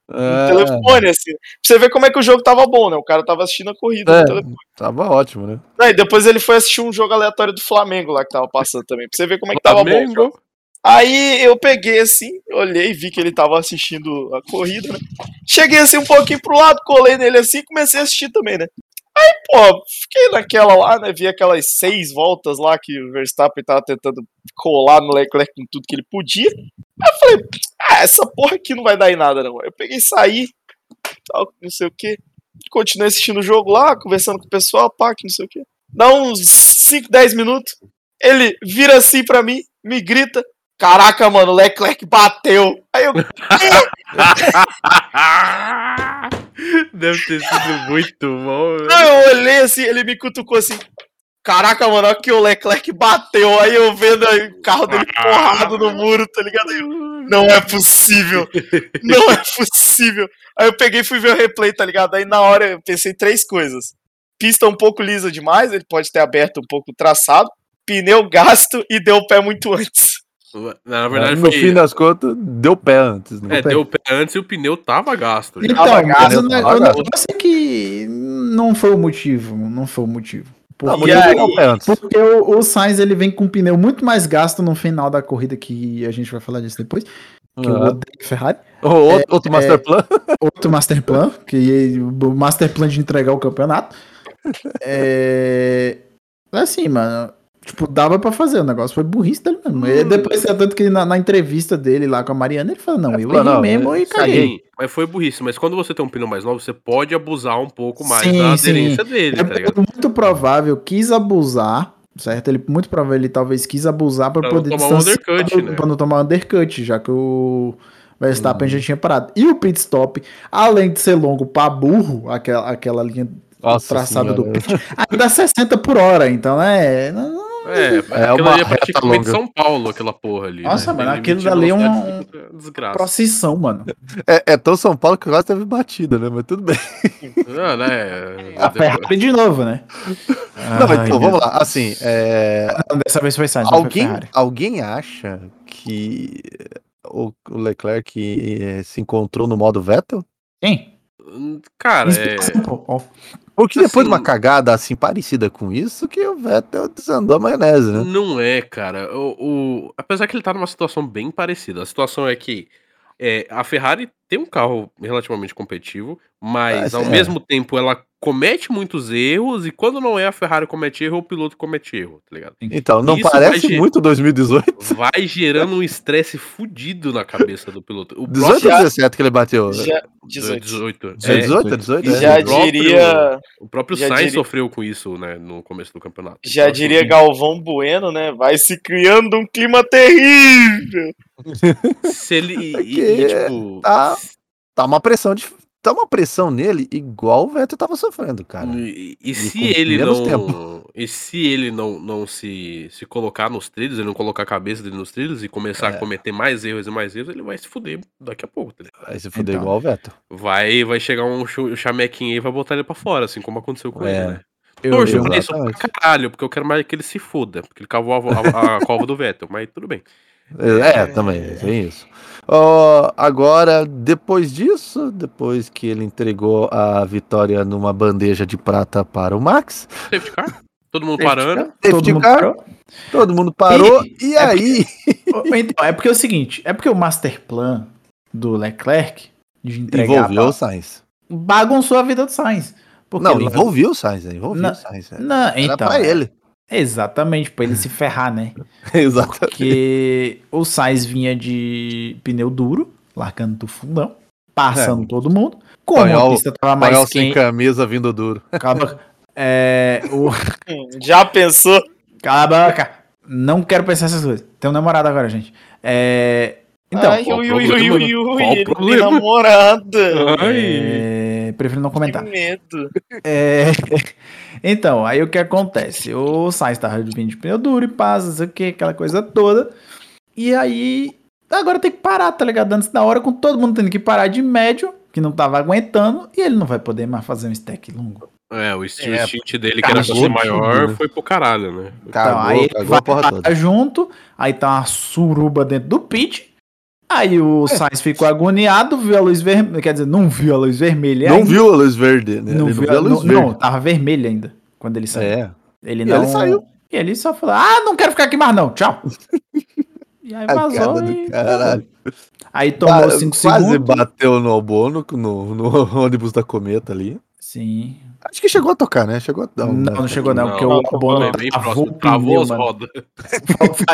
D: no
B: É,
D: telefone, assim. Pra você ver como é que o jogo tava bom, né? O cara tava assistindo a corrida
B: É.
D: no telefone.
B: tava ótimo, né?
D: Não, e depois ele foi assistir um jogo aleatório do Flamengo lá que tava passando também. Pra você ver como é que tava bom. o jogo.
E: Flamengo.
D: Aí eu peguei assim, olhei, vi que ele tava assistindo a corrida, né? Cheguei assim um pouquinho pro lado, colei nele assim e comecei a assistir também, né? Aí, pô, fiquei naquela lá, né? Vi aquelas seis voltas lá que o Verstappen tava tentando colar no Leclerc com tudo que ele podia. Aí eu falei, ah, essa porra aqui não vai dar em nada, não. Aí Eu peguei e saí, tal, não sei o quê. Continuei assistindo o jogo lá, conversando com o pessoal, pá, que não sei o quê. Dá uns 5, 10 minutos, ele vira assim pra mim, me grita, Caraca, mano, o Leclerc bateu. Aí eu,
E: Deve ter sido muito bom. velho.
D: aí eu olhei assim, ele me cutucou assim. Caraca, mano, olha que o Leclerc bateu. Aí eu vendo aí o carro dele porrado no muro, tá ligado? Aí eu, não é possível. Não é possível. Aí eu peguei e fui ver o replay, tá ligado? Aí na hora eu pensei três coisas. Pista um pouco lisa demais, ele pode ter aberto um pouco o traçado. Pneu gasto e deu o pé muito antes.
E: Na verdade,
B: no
E: foi.
B: fim das contas, deu pé antes, né?
E: É, deu o pé antes e o pneu tava gasto. já.
C: Então,
D: Tava
C: mas
B: gasto,
C: o ne-
B: tava
C: o
B: gasto.
C: negócio é que não foi o motivo, não foi o motivo.
B: Não,
C: Porque,
B: mas deu pé antes.
C: porque o, o Sainz ele vem com um pneu muito mais gasto no final da corrida, que a gente vai falar disso depois, que eu
B: Ah.
C: odeio Ferrari.
B: O outro,
C: É,
B: outro master plan.
C: Outro master plan, que o master plan de entregar o campeonato. É. Assim, mano. Tipo, dava pra fazer, o negócio foi burrice dele mesmo.
D: Hum.
C: E depois, é tanto que na, na entrevista dele lá com a Mariana, ele falou: Não, eu
B: falou,
C: errei
B: não,
C: mesmo
D: é,
C: e
B: eu
E: Sim,
C: caguei.
E: Assim, mas foi burrice. Mas quando você tem um pneu mais novo, você pode abusar um pouco mais
C: Sim,
E: da
C: sim.
E: aderência dele, tá
C: É
E: ligado?
C: muito provável quis abusar, certo? Ele muito provável ele talvez quis abusar pra
E: Pra não
C: poder
E: tomar um
C: distanciar
E: undercut,
C: do-
E: né?
C: pra não tomar um undercut, já que o Verstappen
E: Uhum.
C: já tinha parado. E o pit stop, além de ser longo pra burro, aquela, aquela linha traçado do pit, ainda é 60 por hora, então é. não-
E: É,
B: É
E: aquilo
B: uma
E: ali é
B: reta
E: praticamente
B: longa.
E: São Paulo, aquela porra ali.
C: Nossa,
E: né?
C: mano,
E: Tem limite
C: aquilo
E: de
C: dali é um-
E: velocidade, né? Desgraça.
C: Procissão, mano.
B: É, é tão São Paulo que quase teve batida, né? Mas tudo bem.
E: Ah, né?
C: A Ferrari de novo, né?
B: Não, mas
C: Ai,
B: então,
C: meu
B: vamos lá. Assim, é,
C: Deus. Dessa vez foi Sainz, não foi
B: alguém,
C: Ferrari.
B: alguém acha que o o Leclerc eh, se encontrou no modo Vettel?
C: Quem?
E: Cara, é.
C: Inspiração, pô. Ó,
B: Porque depois de uma
E: Assim-
B: cagada assim parecida com isso, que o Vettel desandou a maionese, né?
E: Não é, cara. O, o- Apesar que ele tá numa situação bem parecida. A situação é que é, a Ferrari tem um carro relativamente competitivo, mas
B: Ah,
E: ao
B: sim.
E: mesmo tempo ela comete muitos erros, e quando não é a Ferrari comete erro, o piloto comete erro, tá ligado?
B: Então, não
E: Isso vai
B: parece
E: ge-
B: muito 2018?
E: Vai gerando um estresse fudido na cabeça do piloto. O
B: 18 ou 17 que ele bateu?
D: Já, 18.
E: 18. 18.
B: 18? 18?
E: É,
D: já
E: o próprio-
D: diria.
E: O próprio
D: Já
E: Sainz
D: diria-
E: sofreu com isso, né, no começo do campeonato.
D: Já
E: Então,
D: diria Galvão Bueno, né? Vai se criando um clima terrível.
E: assim, Se ele. e- e,
B: Que
E: tipo.
B: tá- Tá uma pressão de. Tá uma pressão nele igual o Vettel tava sofrendo, cara.
E: E, e se
B: com
E: ele
B: menos
E: não. E se ele não, não se, se colocar nos trilhos, ele não colocar a cabeça dele nos trilhos e começar
B: É.
E: a cometer mais erros e mais erros, ele vai se fuder daqui a pouco. tá ligado?
B: Aí se fuder
C: Então.
B: igual o Vettel.
E: Vai, vai chegar um chu- chamequinho aí e vai botar ele pra fora, assim como aconteceu com
B: É.
E: ele, né?
B: Eu-
E: Torço pra isso
B: exatamente.
E: pra caralho, porque eu quero mais que ele se foda, porque ele cavou a, vo- a- a cova do Vettel, mas tudo bem.
B: É, também, tem isso. Ó, agora, depois disso, depois que ele entregou a vitória numa bandeja de prata para o Max,
E: Safety car, todo mundo
C: Safety
E: parando.
C: car, Todo
B: Safety
C: mundo
B: car.
C: parou.
B: todo mundo parou e aí.
C: Então, é porque é o seguinte, é porque o master plan do Leclerc de entregar
B: Envolveu
C: a
B: o
C: bola-
B: Sainz.
C: bagunçou a vida do Sainz. Porque
B: Não,
C: ele-
B: envolveu o Sainz, né? envolveu
C: Não,
B: o Sainz. né?
C: Não,
B: Era
C: então,
B: pra ele.
C: Exatamente, pra ele se ferrar, né?
B: Exato.
C: Porque o Sainz vinha de pneu duro, largando do fundão, passando todo mundo. Como
B: Espanhol-
C: a pista tava
B: Maior
C: mais
B: É. sem
C: quente,
B: camisa vindo duro.
C: acaba, é, o
D: Hum, Já pensou?
C: Cala a boca. Não quero pensar essas coisas. Tem um namorado agora, gente. É, Então,
D: Ai,
E: qual
D: ui,
E: o
D: ui, ui,
E: problema?
D: ui, ui,
E: Qual o
D: ele tem
E: problema?
D: namorada.
E: Ai.
C: é, prefiro não
D: Que
C: comentar.
D: medo.
C: É, Então, aí o que acontece? O Sainz tava vindo de pneu duro e passa, não sei o que, aquela coisa toda. E aí, agora tem que parar, tá ligado? Antes da hora, com todo mundo tendo que parar de médio, que não tava aguentando, e ele não vai poder mais fazer um stack longo.
E: É, o instinto
D: É,
E: instinto dele, que era pra
B: cagou
E: ser
B: tudo,
E: maior,
B: né?
E: foi pro caralho, né?
B: Cagou,
C: então, aí ele
B: cagou
C: vai
B: a porra
C: parar
B: toda.
C: junto, aí tá uma suruba dentro do pit. Aí
B: É.
C: o Sainz ficou agoniado, viu a luz vermelha, quer dizer, não viu a luz vermelha
B: Não
C: ainda.
B: viu a luz verde, né?
C: Não,
B: Ele
C: viu,
B: a luz
C: não, não, tava vermelha ainda quando ele saiu.
B: É.
C: Ele
B: E
C: não.
B: ele saiu.
C: E ele só falou: ah, não quero ficar aqui mais, não. Tchau. E aí vazou.
B: Cagada É, do
C: e-
B: caralho.
C: Aí tomou
B: Ba-
C: 5
B: Quase
C: segundos.
B: bateu no Albono, no, no ônibus da Cometa ali.
C: Sim.
B: Acho que chegou a tocar, né? Chegou a dar
C: Não,
B: um-
C: não chegou, não,
E: Não,
C: porque
D: não,
C: o Bono
E: Foi bem
C: travou
E: próximo,
C: o
E: tá travou
C: pneu,
E: as
C: mano. É,
E: rodas.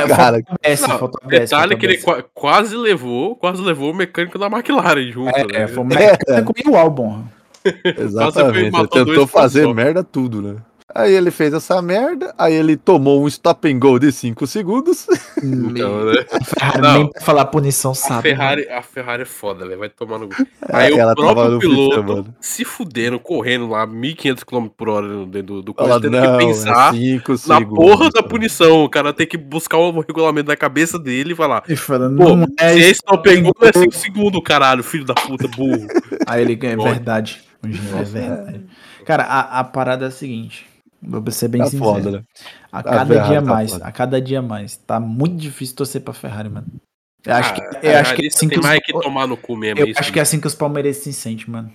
E: é,
B: Cara,
C: ABS,
E: Não,
C: faltou ABS,
E: Detalhe
C: faltou
E: que ele
C: ABS.
E: qua- quase levou, quase levou o mecânico da McLaren junto.
C: É,
E: né?
C: é, foi o mecânico e o álbum.
E: foi e
B: Exatamente, ele
E: matou
B: tentou
E: dois
B: fazer
E: pontos.
B: merda tudo, né? Aí ele fez essa merda, aí ele tomou um stop and go de 5 segundos. Hum.
E: Então, né?
C: Ferrari
E: Não.
C: nem pra falar punição
E: A
C: sabe. né?
E: Ferrari, a Ferrari é foda, velho. Vai tomar no. cu.
C: É,
E: Aí o
B: Ela tava
E: próprio
B: no fim de
E: piloto
B: semana.
E: se fudendo, correndo lá 1.500 km por hora no- dentro do, do
B: Fala,
E: tendo
B: não,
E: que pensar
B: 5 segundos.
E: na porra da punição. O cara tem que buscar o regulamento da cabeça dele e falar.
C: E falando,
E: Pô,
C: não é
E: se
C: isso.
E: esse não pegou, é 5 segundos, caralho, filho da puta, burro.
C: Aí ele é
E: Bom.
C: verdade. O engenheiro é verdade. Cara, a, a parada é a seguinte. Vou ser bem
B: Tá
C: sincero.
B: foda, né?
C: A
B: Tá
C: cada
B: ferrado,
C: dia
B: tá
C: mais,
B: foda.
C: a cada dia mais. Tá muito difícil torcer pra Ferrari, mano. Eu acho que, eu
E: Ah,
C: acho que é
E: isso
C: assim
E: tem
C: que os,
E: mais que tomar no cu mesmo.
C: eu
E: isso, né?
C: acho que é assim que os palmeirenses se sentem, mano.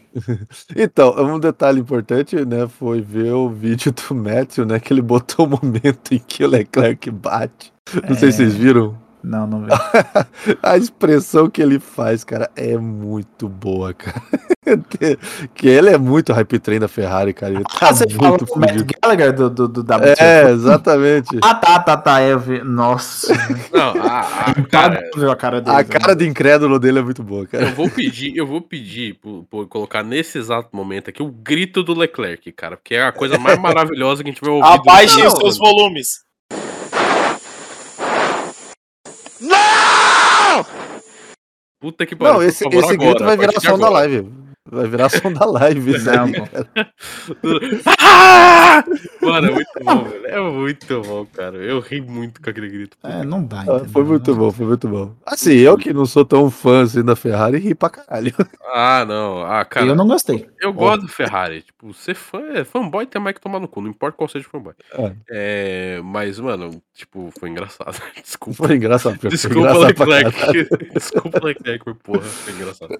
B: Então, um detalhe importante, né, foi ver o vídeo do Matthew, né, que ele botou o momento em que o Leclerc bate. Não sei se
E: É.
B: vocês viram.
C: Não, não
B: Tá
C: vejo.
B: A expressão que ele faz, cara, é muito boa, cara. que ele é muito hype train da Ferrari, cara. Ele tá
C: Ah, você fala
B: muito
C: do Matt
B: fudido.
C: Gallagher do, do, do WTO.
B: É, exatamente.
C: Ah, tá, tá, tá. Eu vi. Nossa.
E: Não, a- a- cara,
C: viu a cara né? dele.
B: A cara de incrédulo dele é muito boa, cara.
E: Eu vou pedir, eu vou pedir por, por colocar nesse exato momento aqui o grito do Leclerc, cara, porque é a coisa mais maravilhosa que a gente vai ouvir. durante
D: Abaixem
E: a
D: é os seus
E: semana.
D: volumes.
E: Puta que pariu.
B: Não,
E: por
B: esse,
E: favor,
B: esse
E: agora,
B: grito vai
E: a partir
B: virar
E: de
B: som da
E: agora.
B: live. Vai virar som da live isso aí.
C: Não, pô.
E: Ah! Mano, é muito bom, velho. É muito bom, cara. Eu ri muito com aquele grito.
C: É, não dá.
B: Ah,
C: entendeu?
B: Foi muito bom, foi muito bom. Assim, eu que não sou tão fã assim da Ferrari, ri pra caralho.
E: Ah, não. Ah, cara,
C: Eu
E: eu,
C: não gostei.
E: gosto do Ferrari. Tipo, ser fã, é fanboy tem mais que tomar no cu, não importa qual seja o fanboy.
B: É.
E: É, mas, mano, tipo, foi engraçado. Desculpa.
B: Foi engraçado. foi
E: Desculpa,
B: engraçado pra
E: Leclerc. Desculpa, Leclerc, mas porra, foi engraçado.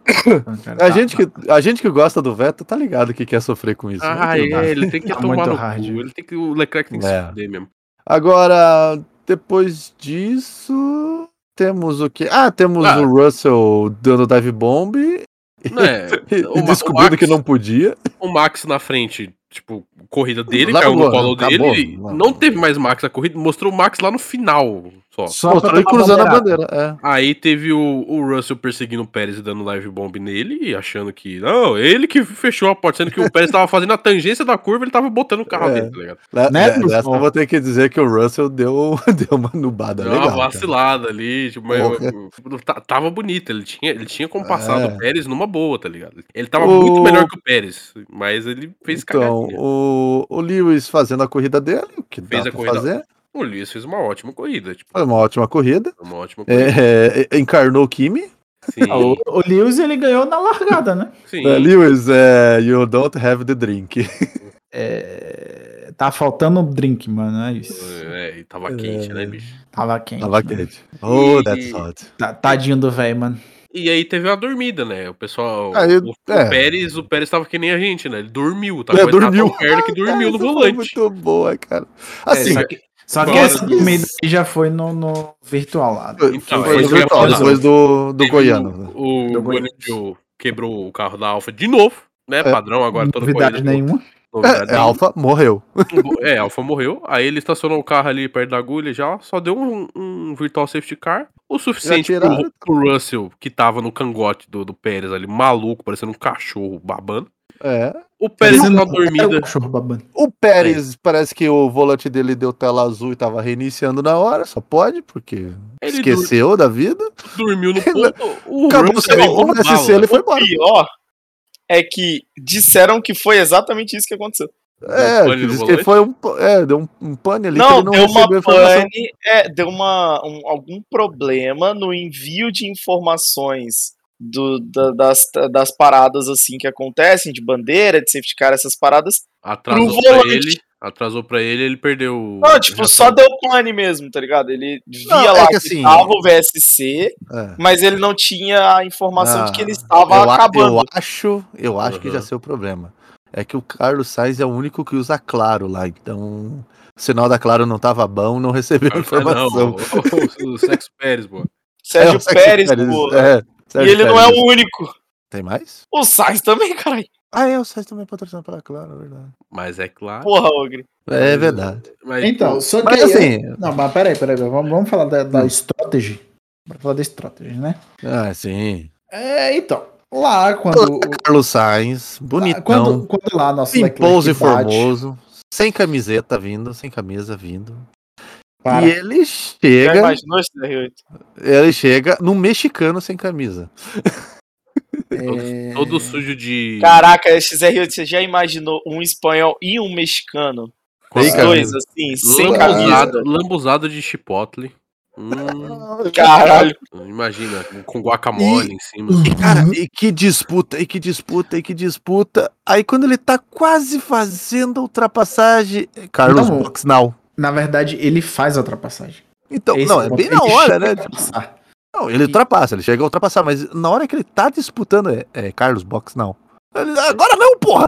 B: caralho. A gente, que, a gente que gosta do Veto tá ligado que quer sofrer com isso. né?
E: Ah,
B: Muito bem.
E: é, ele tem que
C: Tá
E: tomar
C: muito
E: no
C: hard.
E: cu. Ele tem que, o Leclerc tem que
B: É.
E: se fuder mesmo.
B: Agora, depois disso, temos o que? Ah, temos
E: Ah.
B: o Russell dando dive bomb e,
E: Não é,
B: e
E: o Ma- o
B: descobrindo
E: Max-
B: que não podia.
E: O Max na frente, tipo, corrida dele,
B: Largou,
E: caiu no colo
B: né? Acabou,
E: dele.
B: não.
E: Não. teve mais Max na corrida, mostrou o Max lá no final só.
C: Só pra
B: Mostrou ele
C: tomar
B: cruzando a
C: bandeirada.
B: bandeira. É.
E: Aí teve o, o Russell perseguindo o Pérez e dando live bomb nele, e achando que. Não, ele que fechou a porta, sendo que o Pérez tava fazendo a tangência da curva, ele tava botando o carro
B: É.
E: dele, tá ligado?
B: Né,
C: Né,
B: né,
C: Bruce?
B: Dessa eu vou ter que dizer que o Russell deu, deu uma nubada
E: Deu
B: legal.
E: uma
B: cara.
E: vacilada ali, tipo, mas
B: Porra.
E: eu- eu- tá- tava bonito, ele tinha, ele tinha compassado
B: É.
E: o Pérez numa boa, tá ligado? Ele tava
B: O-
E: muito melhor que o Pérez, mas ele fez
B: Então,
E: cagadinha.
B: o, o Lewis fazendo a corrida dele, o que
E: Fez
B: dá pra
E: a corrida.
B: fazer.
E: O Lewis fez uma ótima corrida, tipo,
B: Foi uma ótima corrida.
E: uma ótima corrida.
B: É, é, encarnou o Kimi.
E: Sim,
C: Ah, O, o Lewis, ele ganhou na largada, né?
E: sim.
B: É, Lewis, é, you don't have the drink.
C: É, Tá faltando um drink, mano. É isso.
E: É, e tava quente, né, bicho?
C: Tava quente.
B: Tava
C: mano.
B: quente. Oh,
E: E-
B: that's hot.
C: Tá- Tadinho do velho, mano.
E: E aí teve uma dormida, né? O pessoal.
B: Aí,
E: o, o
B: é.
E: Pérez, o Pérez tava que nem a gente, né? Ele dormiu, tá?
B: É, dormiu. é,
E: O Pérez que dormiu no
B: Isso foi
E: volante.
B: Muito boa, cara.
C: É,
B: Assim,
C: só que, só que
E: Bora,
C: essa
B: Luiz.
C: comida aí já foi no, no virtual lá.
B: foi-
E: então,
B: foi
E: é isso que eu ia
B: virtual,
E: falar.
B: depois do, do
E: Teve um
B: Goiano. né?
E: O, o
C: Do
E: Guanaju quebrou o carro da Alfa de novo. Não é padrão agora, toda
C: novidade
E: corrida.
C: nenhuma.
E: novidade
B: É, Alfa morreu.
E: nenhuma. É, Alfa morreu. Aí ele estacionou o carro ali perto da agulha já, só deu um, um virtual safety car. O suficiente
B: Já tiraram.
E: pro, pro Russell, que tava no cangote do, do Pérez ali, maluco, parecendo um cachorro babando.
B: É.
E: O Pérez
C: Parecendo-
E: tava
C: É o
E: dormida.
C: cachorro babando.
B: O Pérez, parece que o volante dele deu tela azul e tava reiniciando na hora, só pode, porque
E: Ele
B: esqueceu da vida.
E: dur- dormiu no ponto. O
B: Acabou
E: Russell veio
B: o
E: por
B: SC,
E: bala.
B: ele foi embora.
D: Pior é que disseram que foi exatamente isso que aconteceu.
B: É,
E: pane
B: que
E: né, no
B: diz que
E: volante?
B: foi um, pa- é, deu um, um pane ali que
D: não,
B: ele não
D: deu uma
B: recebeu informação.
D: pane, é, deu uma, um- algum problema no envio de informações do- da- das, das paradas assim que acontecem, de bandeira, de safety car, essas paradas.
E: Atrasou
D: Pro
E: pra
D: volante.
E: ele. Atrasou pra ele, ele perdeu. o-
D: Não, tipo,
E: já
D: só
E: tava-
D: deu pane mesmo, tá ligado? Ele via
B: Não, é
D: lá
B: que
D: que
B: assim-
D: tava o VSC,
B: É.
D: mas ele não tinha a informação de que ele
B: Ah, eu,
D: estava
B: a-
D: acabando.
B: eu acho, eu acho que já
E: Uhum.
B: sei o problema. É que o Carlos Sainz é o único que usa Claro lá, então o sinal da Claro não tava bom, não recebeu
E: Ah,
B: informação.
E: Não, o, o, o Sex Pérez, pô.
D: Sérgio
B: É, o Sérgio
D: Pérez, pô.
B: é,
D: e
B: Sérgio
D: ele não é
B: Pérez.
D: o único.
B: Tem mais?
D: O Sainz também, caralho.
B: Ah, é, o Sainz também é patrocinado pela Claro, é verdade.
E: Mas é claro.
D: Porra, Ogre.
B: É verdade.
E: Mas,
C: Então, só que.
B: Mas
D: é.
C: aí-
B: assim,
C: Não, mas peraí, peraí. Vamos, vamos falar da, da strategy. Bora falar da strategy, né?
B: ah, sim.
C: É, então. Lá, quando.
B: Carlos Sainz, bonitão,
C: Quando, quando lá, nosso
B: sem pose
C: bate-
B: formoso, sem camiseta vindo, sem camisa vindo.
C: Para.
B: E ele
D: Já
B: chega,
D: imaginou esse R8?
B: ele chega num mexicano sem camisa.
C: É,
E: todo sujo de.
D: Caraca, XR8, você já imaginou um espanhol e um mexicano?
E: com
B: Sem
D: Os
B: camisa.
D: dois, assim, sem
E: lambuzado,
D: camisa.
E: lambuzado de chipotle. Hum,
D: Caralho.
E: imagina, né, com guacamole em cima. assim.
B: E, cara, e que disputa, e que disputa, e que disputa. Aí quando ele tá quase fazendo a ultrapassagem, Carlos
C: Não.
B: Box now.
C: Na verdade, ele faz a ultrapassagem.
B: Então,
C: Esse
B: não, é
C: ponto,
B: bem
C: ele
B: na hora,
C: chega
B: né?
C: a ultrapassar.
B: Não, ele ultrapassa, ele chega a ultrapassar, mas na hora que ele tá disputando, é, é Carlos Box now. Ele, agora não, porra!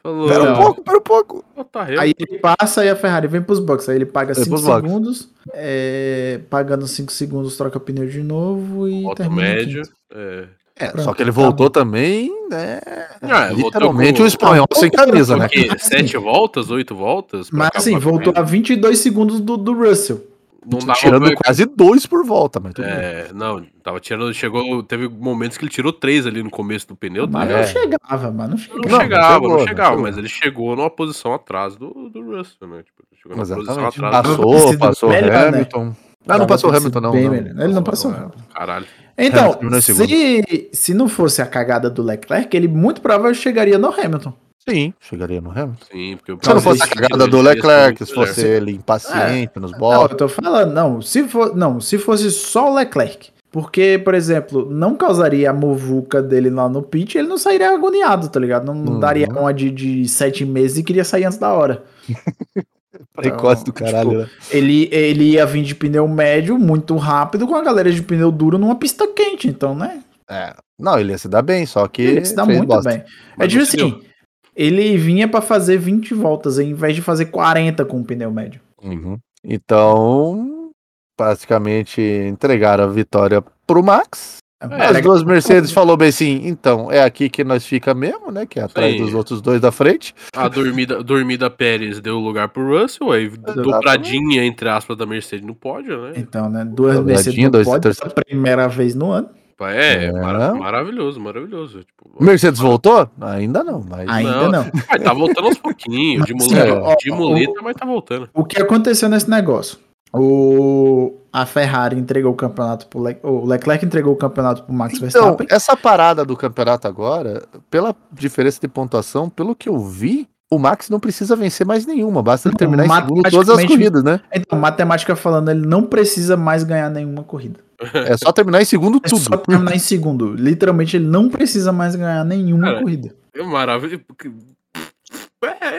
E: Falou,
B: Pera um
C: Não.
B: pouco, pera um pouco.
E: "Ah, tá reto."
C: Aí ele passa e a Ferrari vem pros boxes. Aí ele paga
B: Vem
C: 5
B: pros boxes.
C: segundos. é, pagando 5 segundos, troca pneu de novo e
E: Bota o
C: termina. em
E: médio.
C: quinto.
E: É.
B: É,
C: Pronto,
B: só que ele
C: tá
B: voltou
C: bom.
B: também, né?
E: Ah, voltou
B: Literalmente
E: com-
B: o espanhol
C: Ah,
B: sem camisa, né?
E: O quê? Sete voltas? Oito voltas? pra
C: Mas
E: acabar
C: assim,
E: com
C: voltou
E: ele?
C: a 22 segundos do, do Russell.
E: Não dava
B: Tirando né?
E: pra-
B: quase dois por volta, mas tudo bem.
E: É, não, tava tirando. Chegou. Teve momentos que ele tirou três ali no começo do pneu. tá
C: Mas
E: ligado?
C: não chegava, mano. Não
E: Não,
C: chegava.
B: Não,
E: chegava,
B: não chegou,
E: não
B: não
E: chegava,
B: chegou.
E: mas ele chegou numa posição atrás do, do Russell, né? Tipo, ele chegou numa posição
B: Exatamente.
E: atrás
C: Deve ter
B: Passou,
C: sido
B: passou
C: melhor, né?
B: Hamilton. Ah, não passou o Hamilton, não.
C: Bem
B: não.
C: melhor. Ele não passou.
E: Não, do caralho.
C: Então,
B: Hamilton terminou em
C: se, se não fosse a cagada do Leclerc, ele muito provavelmente chegaria no Hamilton.
B: Sim, chegaria no Hamilton. Ah,
E: Sim, porque o
B: Se não
E: Brasil
B: fosse a
E: tinha
B: cagada do
E: dois dias
B: um Leclerc,
E: com o
B: se fosse ele impaciente nos
C: Não, eu
B: boxes.
C: tô falando, não. Se, for, não, se fosse só o Leclerc. Porque, por exemplo, não causaria a movuca dele lá no pit, ele não sairia agoniado, tá ligado? Não
B: Uhum.
C: daria uma de, de sete meses e queria sair antes da hora.
B: Precoce do
C: tipo,
B: caralho. né?
C: Ele, ele ia vir de pneu médio muito rápido com a galera de pneu duro numa pista quente, então, né?
B: É. Não, ele ia se dar bem, só que.
C: Ele se dá
B: fez
C: muito
B: bosta.
C: bem. É tipo assim, ele vinha pra fazer 20 voltas, ao invés de fazer 40 com o pneu médio.
B: Uhum. Então, basicamente, entregaram a vitória pro Max.
E: É,
B: As duas Mercedes falou bem assim, então, é aqui que nós fica mesmo, né? Que é atrás
E: Sim.
B: dos outros dois da frente.
E: A dormida, dormida Pérez deu lugar pro Russell, aí dobradinha, entre aspas, da Mercedes no pódio, né?
C: Então, né? Duas
B: Dobradinha,
C: Mercedes no
B: dois
C: pódio pela
B: terceiros.
C: primeira vez no ano.
E: É,
B: É.
E: mara- maravilhoso, maravilhoso. Tipo,
B: Mercedes voltou? Ainda não, mas.
C: Ainda não.
E: mas tá voltando aos pouquinhos, de
C: Mas,
E: muleta,
C: ó,
E: de muleta, mas tá voltando.
C: O que aconteceu nesse negócio? O, a Ferrari entregou o campeonato pro Le, o Leclerc entregou o campeonato pro Max
B: Então,
C: Verstappen.
B: essa parada do campeonato agora, pela diferença de pontuação, pelo que eu vi, o Max não precisa vencer mais nenhuma. Basta ele
C: Não,
B: terminar em segundo todas as
C: matematicamente-
B: corridas, né?
C: Então, matemática falando, ele não precisa mais ganhar nenhuma corrida.
B: É só terminar em segundo
C: É só
B: tudo.
C: terminar em segundo. Literalmente, ele não precisa mais ganhar nenhuma
E: Cara,
C: corrida.
E: É maravilhoso. porque-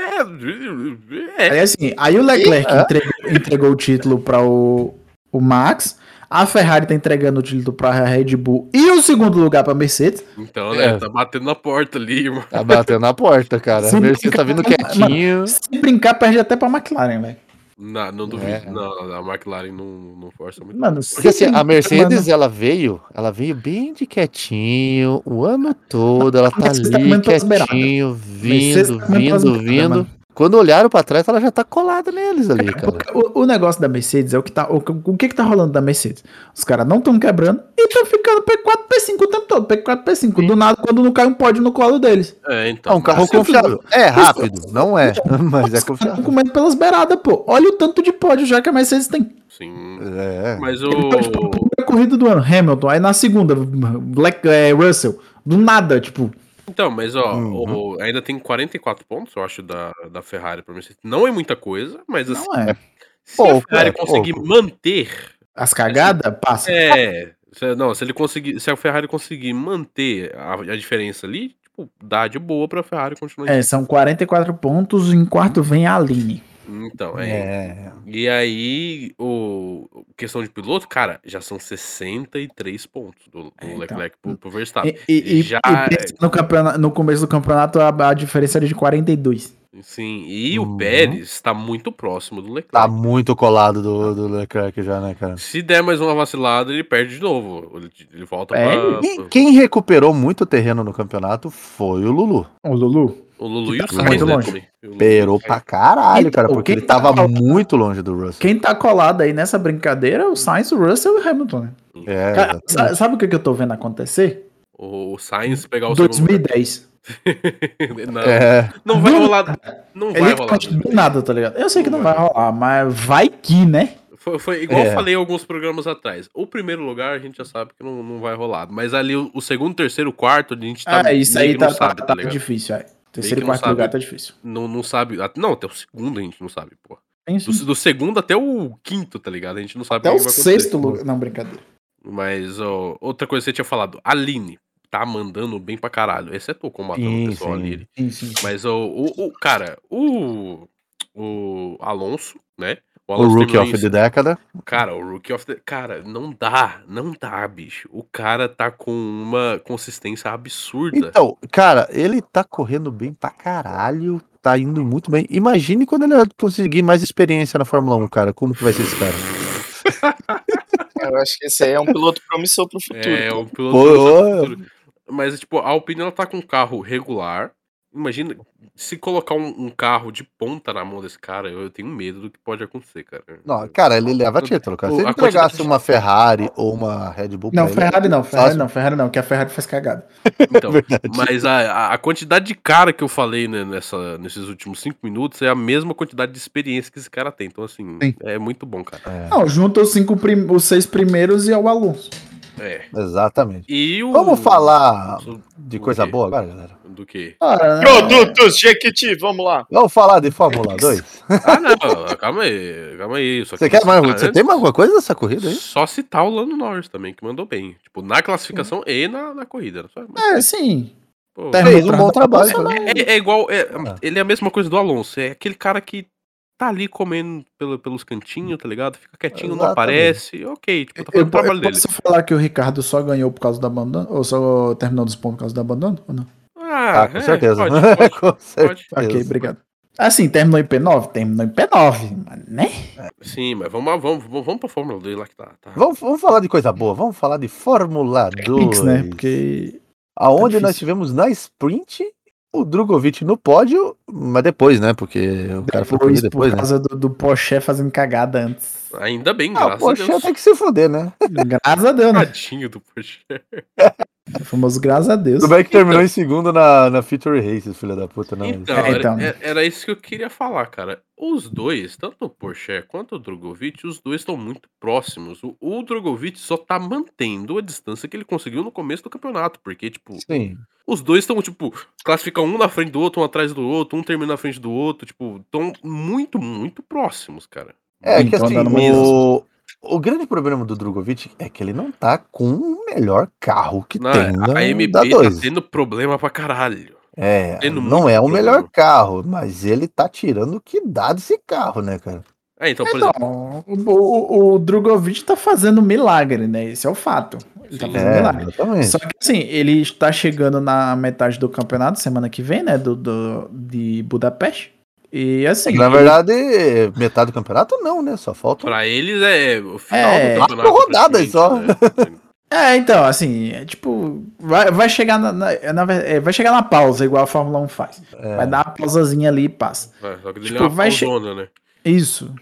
E: É, é, é.
C: Aí assim, aí o Leclerc
B: É.
C: entregou, entregou o título para o, o Max, a Ferrari tá entregando o título para a Red Bull e o segundo lugar para Mercedes.
E: Então, né,
B: É.
E: tá batendo na porta ali, irmão.
B: Tá batendo na porta, cara. A
C: Sim,
B: Mercedes tá vindo
C: cara,
B: quietinho.
C: Se brincar, perde até para McLaren, velho.
E: Na- não duvido.
B: É.
E: Não, a McLaren não, não força muito.
C: Mano,
B: Porque assim, a
C: mano,
B: Mercedes, ela veio, ela veio bem de quietinho, o ano todo, ela tá
C: Mercedes tá
B: ali
C: comendo pelas beiradas.
B: quietinho,
C: Mercedes
B: vindo,
C: tá comendo pelas
B: vindo,
C: beiradas,
B: vindo.
C: mano.
B: Quando olharam pra trás, ela já tá colada neles ali, cara.
C: Porque O, o negócio da Mercedes é o que tá. O, que- o que que tá rolando da Mercedes? Os caras não estão quebrando e tão ficando P4, P5 o tempo todo. P4, P5. Do nada, quando não cai um pódio no colo deles.
E: É,
B: É
E: então.
B: um carro
E: mas-
B: confiável. É rápido, não é,
C: então,
B: mas é
C: Os caras tão
B: confiável.
C: comendo pelas beiradas, pô. Olha o tanto de pódio já que a Mercedes tem.
E: Sim.
B: É.
E: Mas o.
C: Ele tá, tipo, a primeira corrida do ano, Hamilton. Aí na segunda, Black, é, Russell. Do nada, tipo.
E: Então, mas ó,
B: Uhum.
E: o- ainda tem 44 pontos, eu acho, da, da Ferrari pra Mercedes. Não é muita coisa, mas assim,
C: Não é.
E: se a
B: pouco,
E: Ferrari
B: é,
E: conseguir
B: pouco.
E: manter.
C: As cagadas, passa.
E: É. se- Não, se ele conseguir. Se a Ferrari conseguir manter a, a diferença ali, tipo, dá de boa pra Ferrari continuar.
C: É, são 44 pontos. Em quarto vem a Aline.
E: Então, é.
B: É.
E: E aí, o o questão de piloto, cara, já são 63 pontos do, do
C: É, então.
E: Leclerc pro, pro Verstappen.
C: E- e, e-
E: Ah, já- é.
C: e pensa no, campeona- no começo do campeonato, a, a diferença era de 42.
E: Sim, e
B: Uhum.
E: o Pérez tá muito próximo do Leclerc.
B: Tá muito colado do, do Leclerc já, né, cara?
E: Se der mais uma vacilada, ele perde de novo. Ele, ele volta
C: É,
E: pra.
B: Quem, quem recuperou muito terreno no campeonato foi o Lulu.
C: Ô, Lulu,
E: O Lulu
C: que
E: e o
C: tá
E: Sainz,
C: muito
E: né,
C: longe.
E: também. O Lulu e o
B: Perou pra
E: Sainz.
B: caralho,
C: Então,
B: cara, porque
C: quem
B: ele tava
C: tá-
B: muito longe do Russell.
C: quem tá colado aí nessa brincadeira é o Sainz, o Russell e o Hamilton, né?
B: É,
C: Cara,
B: exato.
C: sa- sabe o que, que eu tô vendo acontecer?
E: O o Sainz pegar É o segundo.
C: 2010.
E: lugar. não,
B: É,
E: não vai
C: Do-
E: rolar. Não vai
C: Ele
E: rolar.
C: parte do nada, tá ligado? Eu sei que
E: Não
C: não vai rolar, mas vai que, né?
E: Foi, foi igual
B: É.
E: eu falei em alguns programas atrás. O primeiro lugar a gente já sabe que não, não vai rolar. Mas ali o, o segundo, terceiro, quarto, a gente tá.
C: ah, isso
E: meio
C: aí
E: que não
C: tá,
E: sabe,
C: tá-
E: tá
C: tá
E: ligado?
C: difícil, é. Terceiro
E: que
C: e
E: não
C: quarto
E: sabe.
C: lugar tá difícil.
E: Não, não sabe. ah, Não, até o segundo a gente não sabe, pô.
C: Tem
E: Do,
C: sim.
E: do segundo até o quinto, tá ligado? A gente não sabe
C: Até
E: o
C: o
E: que vai acontecer.
C: sexto lugar. Não, brincadeira.
E: Mas ó, outra coisa que você tinha falado, Aline tá mandando bem pra caralho. Exceto combatendo
B: Sim,
E: o
B: sim.
E: pessoal ali.
C: Sim, sim.
E: Mas ó, o, o cara, o, o Alonso, né?
B: o Rookie
E: terminou
B: of
E: em-
B: the Década.
E: Cara, o Rookie of the. Cara, não dá, não dá, bicho. O cara tá com uma consistência absurda.
B: Então, cara, ele tá correndo bem pra caralho, tá indo muito bem. Imagine quando ele conseguir mais experiência na Fórmula 1, cara, como que vai ser esse cara?
D: Eu acho que esse aí é um piloto promissor pro futuro.
E: é,
D: cara.
E: o piloto.
B: Então, Pô,
E: Mas, tipo, a Alpine ela tá com um carro regular. Imagina, se colocar um, um carro de ponta na mão desse cara, eu, eu tenho medo do que pode acontecer, cara.
B: não, cara, ele leva título, cara. Se
E: O-
B: ele
E: a quantidade
B: entregasse uma Ferrari ou uma Red Bull pra
C: Não,
E: é
B: ele,
C: Ferrari não, Ferrari
B: fácil.
C: não, Ferrari não, que a Ferrari faz cagada.
B: É
E: Então, mas a, a- a quantidade de cara que eu falei né, nessa, nesses últimos cinco minutos é a mesma quantidade de experiência que esse cara tem. Então, assim,
B: Sim.
E: é muito bom, cara.
B: É,
C: Não, junta os, cinco prim- os seis primeiros e é o Alonso.
E: É.
B: exatamente.
E: E o.
C: Hum.
B: Vamos falar Ah. de
E: o
B: coisa
E: quê?
B: boa agora, galera?
E: Do que?
C: Cara,
D: Produtos Jequiti, vamos lá.
B: Vamos falar de Fórmula 2?
E: Ah, não, calma aí, calma aí. Só
B: Você
E: que
B: quer mais?
E: citar
B: Você
E: antes,
B: tem mais alguma coisa dessa corrida aí?
E: Só citar o Lando Norris também, que mandou bem. Tipo, na classificação e na, na corrida. né? Só- mas,
C: É, sim.
E: pô,
C: Terra-
B: Fez um bom trabalho. cara.
C: né?
E: é, é igual. é,
B: Ah.
E: ele é a mesma coisa do Alonso. É aquele cara que tá ali comendo pelo- pelos cantinhos, tá ligado? Fica quietinho, não
B: Exatamente.
E: aparece. Ok, tipo, tá
C: Eu,
E: fazendo o trabalho
C: eu
E: dele.
C: posso falar que o Ricardo só ganhou por causa do abandono? Ou só terminou dos pontos por causa do abandono? Ou não?
E: Ah,
B: Ah, com certeza.
E: Pode, pode,
B: Com certeza.
E: pode.
C: Ok,
B: Isso.
C: obrigado. Assim, terminou em P9? Terminou em P9, mas, né?
E: Sim, mas vamos, vamos, vamos, vamos pra Fórmula 2 lá que tá. tá.
B: Vamos, vamos falar de coisa boa, vamos falar de Fórmula 2.
C: Pix, né? Porque.
B: Aonde
C: tá difícil.
B: nós tivemos na sprint o Drogovic no pódio, mas depois, né? Porque o cara foi
C: Depois,
B: correr
C: por
B: depois, né?
C: causa do, do Porsche fazendo cagada antes.
E: Ainda bem,
B: Ah,
E: graças
B: poxa,
E: a Deus.
B: tem que se foder, né?
C: Graças a Deus, né?
E: Tadinho do Porsche.
C: O famoso graças a Deus.
B: Tudo bem que terminou em segundo na, na Feature Races, filha da puta, né? não.
E: Então,
C: É,
E: era-
C: Então. então.
E: Era, era isso que eu queria falar, cara. Os dois, tanto o Porsche quanto o Drogovic, os dois estão muito próximos. O, o Drogovic só tá mantendo a distância que ele conseguiu no começo do campeonato, porque, tipo,
B: Sim.
E: os dois estão, tipo, classificam um na frente do outro, um atrás do outro, um termina na frente do outro, tipo, estão muito, muito próximos, cara.
B: É que
C: Então,
B: assim,
C: dando uma
B: o, o grande problema do Drogovic é que ele não tá com o melhor carro que
E: Não,
B: tem né, na,
E: a AMB
B: da
E: tá
B: 2.
E: tendo problema pra caralho.
B: É,
E: tendo
B: não
E: muito
B: é o
E: problema.
B: melhor carro, mas ele tá tirando o que dá desse carro, né, cara?
E: É, então, por exemplo,
C: Então, o, o, o Drogovic tá fazendo milagre, né? Esse é o fato. Ele tá
E: Sim.
C: fazendo
B: É,
C: milagre.
B: exatamente.
C: Só que assim, ele está chegando na metade do campeonato semana que vem, né? Do, do- de Budapeste. E assim.
B: Na verdade, metade do campeonato não, né? Só falta.
E: Pra eles é o final
C: É,
E: do campeonato.
B: quatro rodadas
E: praticamente, né?
C: É, então, assim, é tipo, vai, vai chegar na, na- é, na ver- é, vai chegar na pausa, igual a Fórmula 1 faz.
B: É.
C: Vai dar uma pausazinha ali e passa.
E: Vai, Só que dele
C: Tipo,
E: é uma
C: vai che-
E: pausona, né?
C: Isso.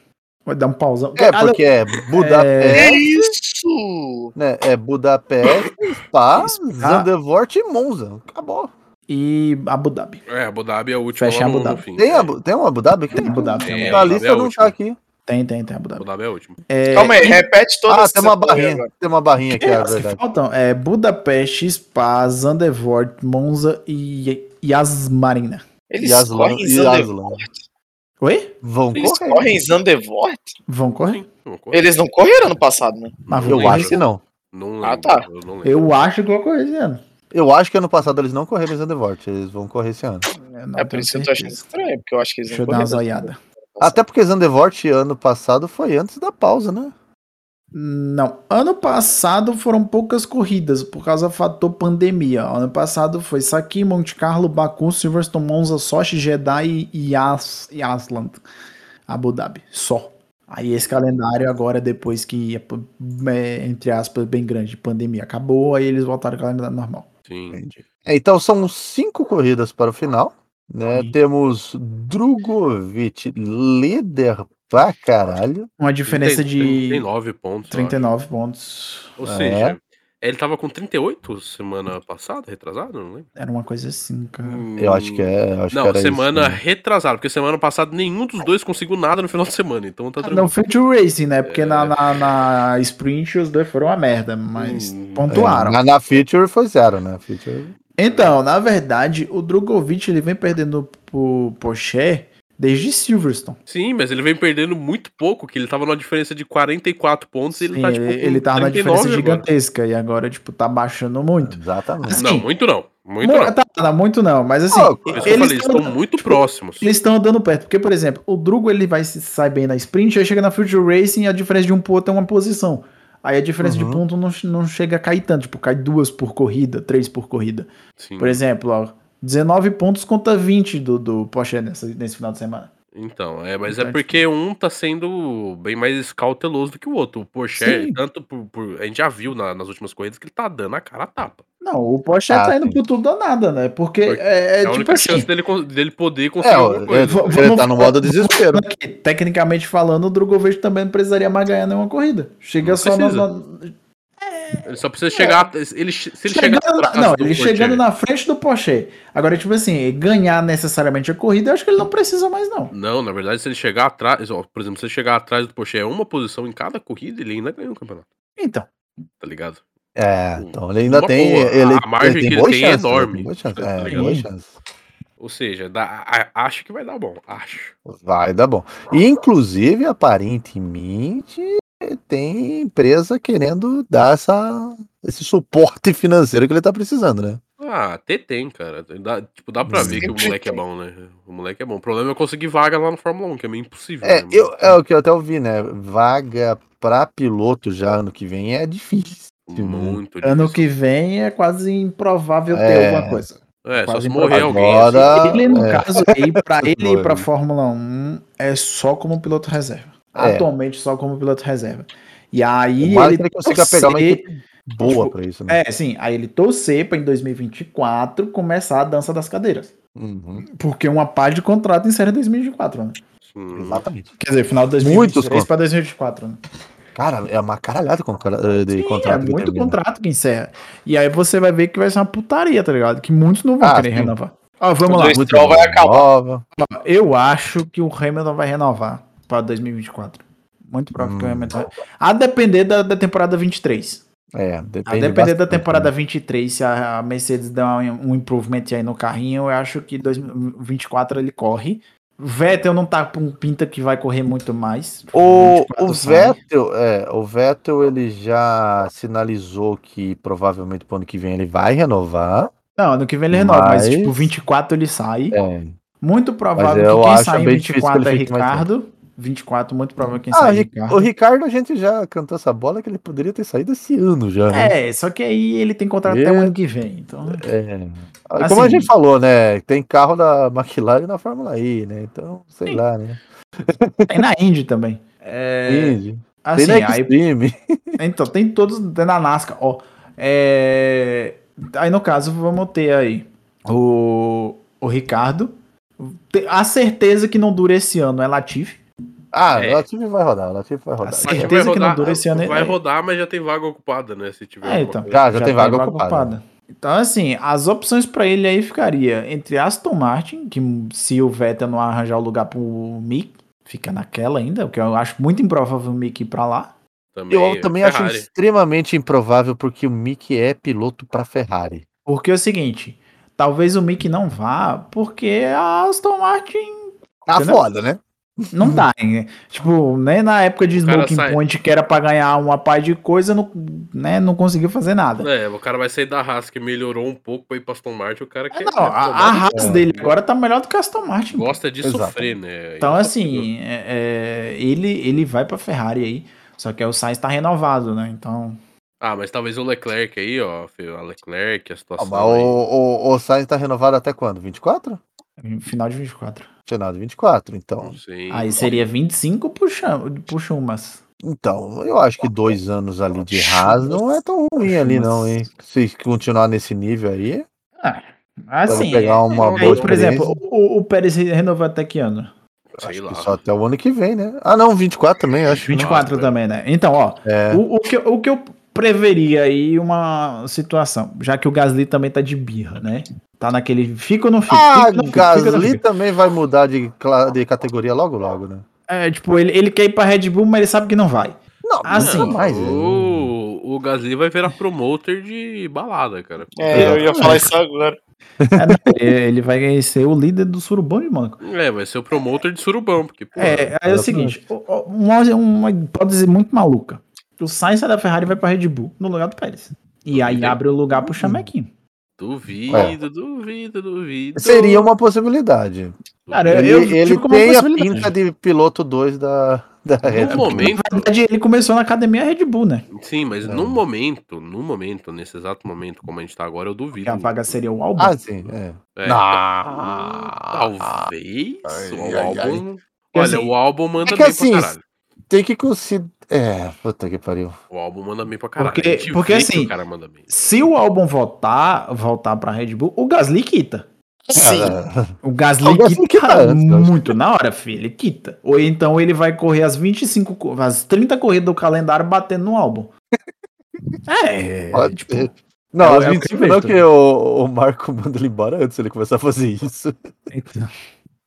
C: Vai dar um pausão.
B: É,
C: Ah,
B: porque é
D: É
B: Budapeste,
D: isso!
B: né? É Budapeste, Spa,
C: Spa.
B: Zandvoort e Monza. Acabou.
C: E Abu Dhabi.
E: É, Abu Dhabi é a última
C: Fecha
E: lá
C: Abu
E: no, no
C: Dhabi.
E: fim.
B: Tem,
E: É,
B: a, tem uma Abu Dhabi?
C: Tem Abu Dhabi
E: É,
C: também.
B: a
E: Abu Dhabi é
B: lista
E: a
B: não
E: última.
B: tá aqui.
C: Tem, tem, tem Abu
E: Abu
C: Dhabi.
E: Dhabi é a última.
C: É,
D: Calma aí, repete todas
B: Ah,
D: que
B: tem
D: você
B: uma
D: falou aí
B: barrinha.
D: agora.
B: Tem uma barrinha aqui,
C: que
B: é
C: as que
B: verdade.
C: faltam é Budapeste, Spa, Zandvoort, Monza e Yasmarina.
D: Eles
B: E as
D: correm em
B: e as
D: Zandvoort?
B: lã-
C: Oi?
B: Vão
D: Eles
B: correr.
D: correm em Zandvoort?
C: Vão correr?
E: Sim, uma coisa. assim.
D: Eles não correram ano passado, né?
C: Mas
E: Não
C: vão
B: Eu
E: lembro,
C: correr.
B: acho que não.
E: Não lembro,
D: Ah, tá.
E: Eu não lembro.
C: Eu acho que vão correr esse ano.
B: Eu acho que ano passado eles não correram em Zandvoort. Eles vão correr esse ano.
C: Eu não
D: é por
C: tenho
D: isso que eu tô achando
C: certeza.
D: estranho, porque eu acho que eles
C: Deixa eu
D: não
C: dar uma
D: correram.
C: zoiada.
B: Até porque Zandvoort ano passado foi antes da pausa, né?
C: Não. Ano passado foram poucas corridas por causa do fator pandemia. Ano passado foi Saki, Monte Carlo, Baku, Silverstone, Monza, Sochi, Jeddah e Yas, Yasland, Abu Dhabi. Só. Aí esse calendário agora, depois que, é, entre aspas, bem grande, pandemia acabou, aí eles voltaram ao calendário normal.
E: Sim.
B: É, então são cinco corridas para o final. Né?
C: Sim.
B: Temos Drogovic, líder pra caralho.
C: Uma diferença
E: Tem- tem- Tem
C: de
E: 9 pontos. eu
C: 39 pontos.
E: acho. Ou
B: É.
E: seja, ele tava com 38 semana passada, retrasada, não lembro.
C: Era uma coisa assim, cara.
B: Eu acho que é. eu Acho que
E: Não,
B: era isso,
E: semana
B: né?
E: retrasada, porque semana passada nenhum dos dois conseguiu nada no final de semana, então tá tranquilo.
C: Não foi to racing, né? Porque
E: É.
C: na, na, na sprint os dois foram uma merda, mas
E: Hum,
C: pontuaram.
B: É, na, na feature foi zero, né?
D: Hum.
B: Feature...
C: Então, na verdade, o Drogovic ele vem perdendo pro Poché desde Silverstone.
E: Sim, mas ele vem perdendo muito pouco, que ele tava numa diferença de 44 pontos e ele
C: Sim,
E: tá, tipo,
C: ele,
E: com
C: ele tava na
E: 39
C: diferença
E: agora.
C: gigantesca e agora, tipo, tá baixando muito.
B: Exatamente.
C: Assim,
E: Não, muito não. Muito
C: Mu-
E: não.
C: Tá, tá, muito não, mas assim,
B: Ó,
E: Por isso que eu
C: eles
E: falei, eles
C: estão
E: estão muito próximos.
C: eles estão andando perto, porque, por exemplo, o Drugo ele vai se sai bem na sprint, aí chega na Future Racing a diferença de um pro outro é uma posição. Aí a diferença
B: Uhum.
C: de ponto não, não chega a cair tanto, tipo, cai duas por corrida, três por corrida.
E: Sim.
C: Por exemplo, ó, 19 pontos contra 20 do, do Porsche nessa- nesse final de semana.
E: Então, é, mas é
C: Então,
E: porque um tá sendo bem mais cauteloso do que o outro. O Porsche,
C: Sim.
E: tanto por, por- A gente já viu na- nas últimas corridas que ele tá dando a cara a tapa.
C: Não, o Porsche
B: Ah,
C: tá indo
B: sim.
C: pro tudo ou nada, né? Porque
E: Foi.
C: é, é
E: É, a
C: tipo
E: única
C: assim.
E: chance dele, con- dele poder conseguir
B: É,
E: alguma
B: ele,
E: coisa.
C: vamos-
B: ele tá no modo desespero.
C: aqui, tecnicamente falando, o Drogovic também não precisaria mais ganhar nenhuma corrida. Chega
E: Não
C: só na-
E: precisa.
C: na-
E: Ele só precisa chegar. Ele, se ele chegar
C: chegando na,
E: atrás
C: não,
E: do
C: ele
E: Porsche,
C: chegando na frente do Porsche. Agora, tipo assim, ganhar necessariamente a corrida, eu acho que ele não precisa mais, não.
E: Não, na verdade, se ele chegar atrás, ó, por exemplo, se ele chegar atrás do Porsche é uma posição em cada corrida, ele ainda ganha o campeonato,
C: Então,
E: tá ligado?
B: É, então ele ainda
E: Hum, Uma
B: tem.
E: boa.
B: Ele,
E: A margem
B: ele tem
E: que ele
B: boas
E: tem é
B: chances, ele
E: enorme.
B: tem boas chances,
E: Tá
B: É,
E: ligado?
B: boas chances.
E: Ou seja, dá- a- a- acho que vai dar bom, acho.
B: Vai dar bom. E, inclusive, aparentemente, tem empresa querendo dar essa, esse suporte financeiro que ele tá precisando, né?
E: Ah, até tem, cara. Dá- tipo, dá pra ver que o
D: Sempre
E: moleque é
D: tem.
E: bom, né? O moleque é bom. O problema é eu conseguir vaga lá no Fórmula 1, que é meio impossível.
B: É,
E: né?
B: eu, é o que eu até ouvi, né? Vaga pra piloto já ano que vem é difícil.
E: Tipo, Muito
C: ano
E: difícil.
C: que vem é quase improvável ter
B: É.
C: alguma coisa.
E: É, só
C: quase
E: se morrer
C: improvável.
E: alguém. assim.
B: Agora- Ah,
C: ele, no
B: é.
C: caso, ir pra ele ir pra
B: Doido.
C: Fórmula 1 é só como piloto reserva.
B: É.
C: Atualmente, só como piloto reserva. E aí
B: Tomara
C: ele
B: que ele consiga pegar é uma equipe boa
C: tipo,
B: pra isso, né?
C: É, sim. Aí ele torcer pra em 2024 começar a dança das cadeiras.
B: Uhum,
C: Porque uma pá de contrato encerra em 2024, né?
E: Sim.
B: exatamente.
C: Quer dizer, final de
B: Muitos
C: 2023 pra 2024, né?
B: Cara, é uma caralhada de contra- eh, de
C: Sim,
B: contrato.
C: é
B: que
C: muito
B: termina.
C: contrato que encerra. E aí você vai ver que vai ser uma putaria, tá ligado? Que muitos não vão
B: Ah,
C: querer
B: sim.
C: renovar. Ó, vamos
D: Os
C: lá.
D: dois- Stroll vai acabar.
B: nova.
C: Eu acho que o Hamilton vai renovar para 2024. Muito provável que o
B: Hum.
C: Hamilton vai. A depender da, da temporada 23.
B: É,
C: A
B: depende
C: depender da
B: bastante,
C: temporada
B: né?
C: 23, se a a Mercedes der um, um improvement aí no carrinho, eu acho que 2024 ele corre. Vettel não tá com pinta que vai correr muito mais.
B: O,
C: 24
B: o
C: sai.
B: Vettel, é, o Vettel ele já sinalizou que provavelmente pro ano que vem ele vai renovar.
C: Não, ano que vem ele renova, mas,
B: Mas-
C: tipo, 24 ele sai.
B: É,
C: muito
B: mas
C: provável
B: eu
C: que quem
B: acho
C: sai em
B: bem difícil que
C: 24 é
B: ele fique mais
C: Ricardo. 24, muito provável quem
B: Ah,
C: sai
B: o,
C: de
B: Ri-
C: Ricardo.
B: o Ricardo, a gente já cantou essa bola que ele poderia ter saído esse ano já. né?
C: É, só que aí ele tem contrato até
B: Meu
C: o ano que vem. Então,
B: É. Ah, Como a
C: Assim-
B: gente falou, né? Tem carro da McLaren na Fórmula E, né? Então, sei lá, né?
C: tem na Indy também. É,
B: Entende?
C: assim,
B: tem na
C: aí,
B: Xtreme.
C: então, tem todos tem na NASCAR, ó. É, aí no caso, vamos ter aí o, o Ricardo. Te- A certeza que não dura esse ano é Latifi.
B: Ah,
E: É.
B: o Latifi vai rodar, o Latifi vai rodar.
C: Assim,
E: Mas
C: Certeza que não dura esse ano,
E: Vai
C: é.
E: rodar, mas já tem vaga ocupada, né? Se tiver.
C: É,
E: alguma
C: então.
E: coisa.
B: Já, já, tem vaga ocupada.
C: Então, assim, as opções pra ele aí ficaria entre Aston Martin, que se o Vettel não arranjar o lugar pro Mick, fica naquela ainda, porque eu acho muito improvável o Mick ir pra lá.
E: Também,
C: é
E: é
B: Eu também acho
E: Ferrari.
B: extremamente improvável porque o Mick é piloto pra Ferrari.
C: Porque é o seguinte, talvez o Mick não vá, porque a Aston Martin
B: Tá
C: Entendeu?
B: foda, né?
C: não dá, né? Tipo, nem na época de
E: O cara
C: Smoking
E: sai-
C: Point, que era pra ganhar uma pá de coisa, não, né, não conseguiu fazer nada.
E: É, o cara vai sair da Haas que melhorou um pouco pra ir pra Aston Martin, o cara
C: É,
E: quer.
C: não, a, a raça dele agora tá melhor do que a Aston Martin.
E: Gosta de
B: Exato.
E: sofrer, né?
C: Então,
E: Eu
C: assim, é- é, ele, ele vai pra Ferrari aí. Só que aí o Sainz tá renovado, né? Então.
E: Ah, mas talvez o Leclerc aí, ó, filho, a Leclerc, a
B: Ah,
E: situação
B: mas o, o, o Sainz tá renovado até quando? 24?
C: Final de 24.
B: Finado 24, então.
E: aí. Sim.
C: Aí seria 25 puxa, puxa umas.
B: Então, eu acho que dois anos ali de Haas não é tão ruim ali, não, hein? Se continuar nesse nível aí,
C: Assim.
B: pode pegar uma
E: é,
B: boa
C: Aí, por
B: experiência.
C: exemplo, o, o Pérez renovou até que ano?
E: sei lá.
B: Acho que só até o ano que vem, né? Ah, não, 24 também, acho. que não.
C: 24 também, né? Então, ó.
B: É.
C: O, o que, eu- o que eu preveria aí uma situação, já que o Gasly também tá de birra, né? Tá naquele. Fica ou não fica?
B: Ah,
C: Fica ou não fica? Fica ou não
B: Gasly
C: fica?
B: também vai mudar de, cla- de categoria logo, logo, né?
C: É, tipo, ele, ele quer ir pra Red Bull, mas ele sabe que não vai.
B: Não,
C: Ah,
B: nunca
C: sim.
B: mais. né? velho.
E: o, o Gasly vai virar promoter de balada, cara.
D: É, eu ia falar isso agora.
C: É, não, ele, ele vai ser o líder do surubão de Mônaco.
E: É, vai ser o promoter de surubão, porque, pô,
C: É, aí é o
B: exatamente.
C: seguinte: o- o- uma, uma hipótese muito maluca. O Sainz sai da Ferrari e vai pra Red Bull no lugar do Pérez. E aí abre o lugar
B: Uhum.
C: pro Chamequinho.
E: duvido,
B: É.
E: duvido, duvido.
B: Seria uma possibilidade.
C: um Cara,
B: Ele,
C: É, eu
B: ele
C: digo como uma
B: tem a
C: possibilidade.
B: pinta de piloto 2 da, da
C: é,
B: Red
E: No
B: Bull.
E: momento,
C: Na verdade, ele começou na academia Red Bull, né?
E: sim,
B: É.
E: mas no momento, no momento, nesse exato momento, como a gente tá agora, eu
C: Que
E: duvido.
C: a vaga seria o Albon.
B: Ah, sim, é.
E: É,
B: Não.
E: Talvez.
B: Ai,
E: o
B: ai, ai.
E: álbum. Olha,
C: assim,
E: o álbum manda
B: é que
E: bem
B: assim,
E: pra caralho.
B: Tem que considerar. É, puta que pariu.
E: O álbum manda bem pra caralho.
C: Porque-
E: A gente
C: porque
E: vê que
C: assim-
E: o cara manda bem.
C: Se o Albon voltar, voltar pra Red Bull, o Gasly quita.
D: Sim.
B: Ah,
C: O Gasly
B: O Gasly
C: quita,
B: quita antes, eu acho.
C: muito na hora, filho. Ele quita. Ou então ele vai correr as 25, co- as 30 corridas do calendário batendo no álbum. É,
B: pode
C: tipo,
B: ser. Não,
C: é o
B: a
C: que eu
B: gente não
C: acredito.
B: que o, o Marco manda ele embora antes ele começar a fazer isso.
C: então,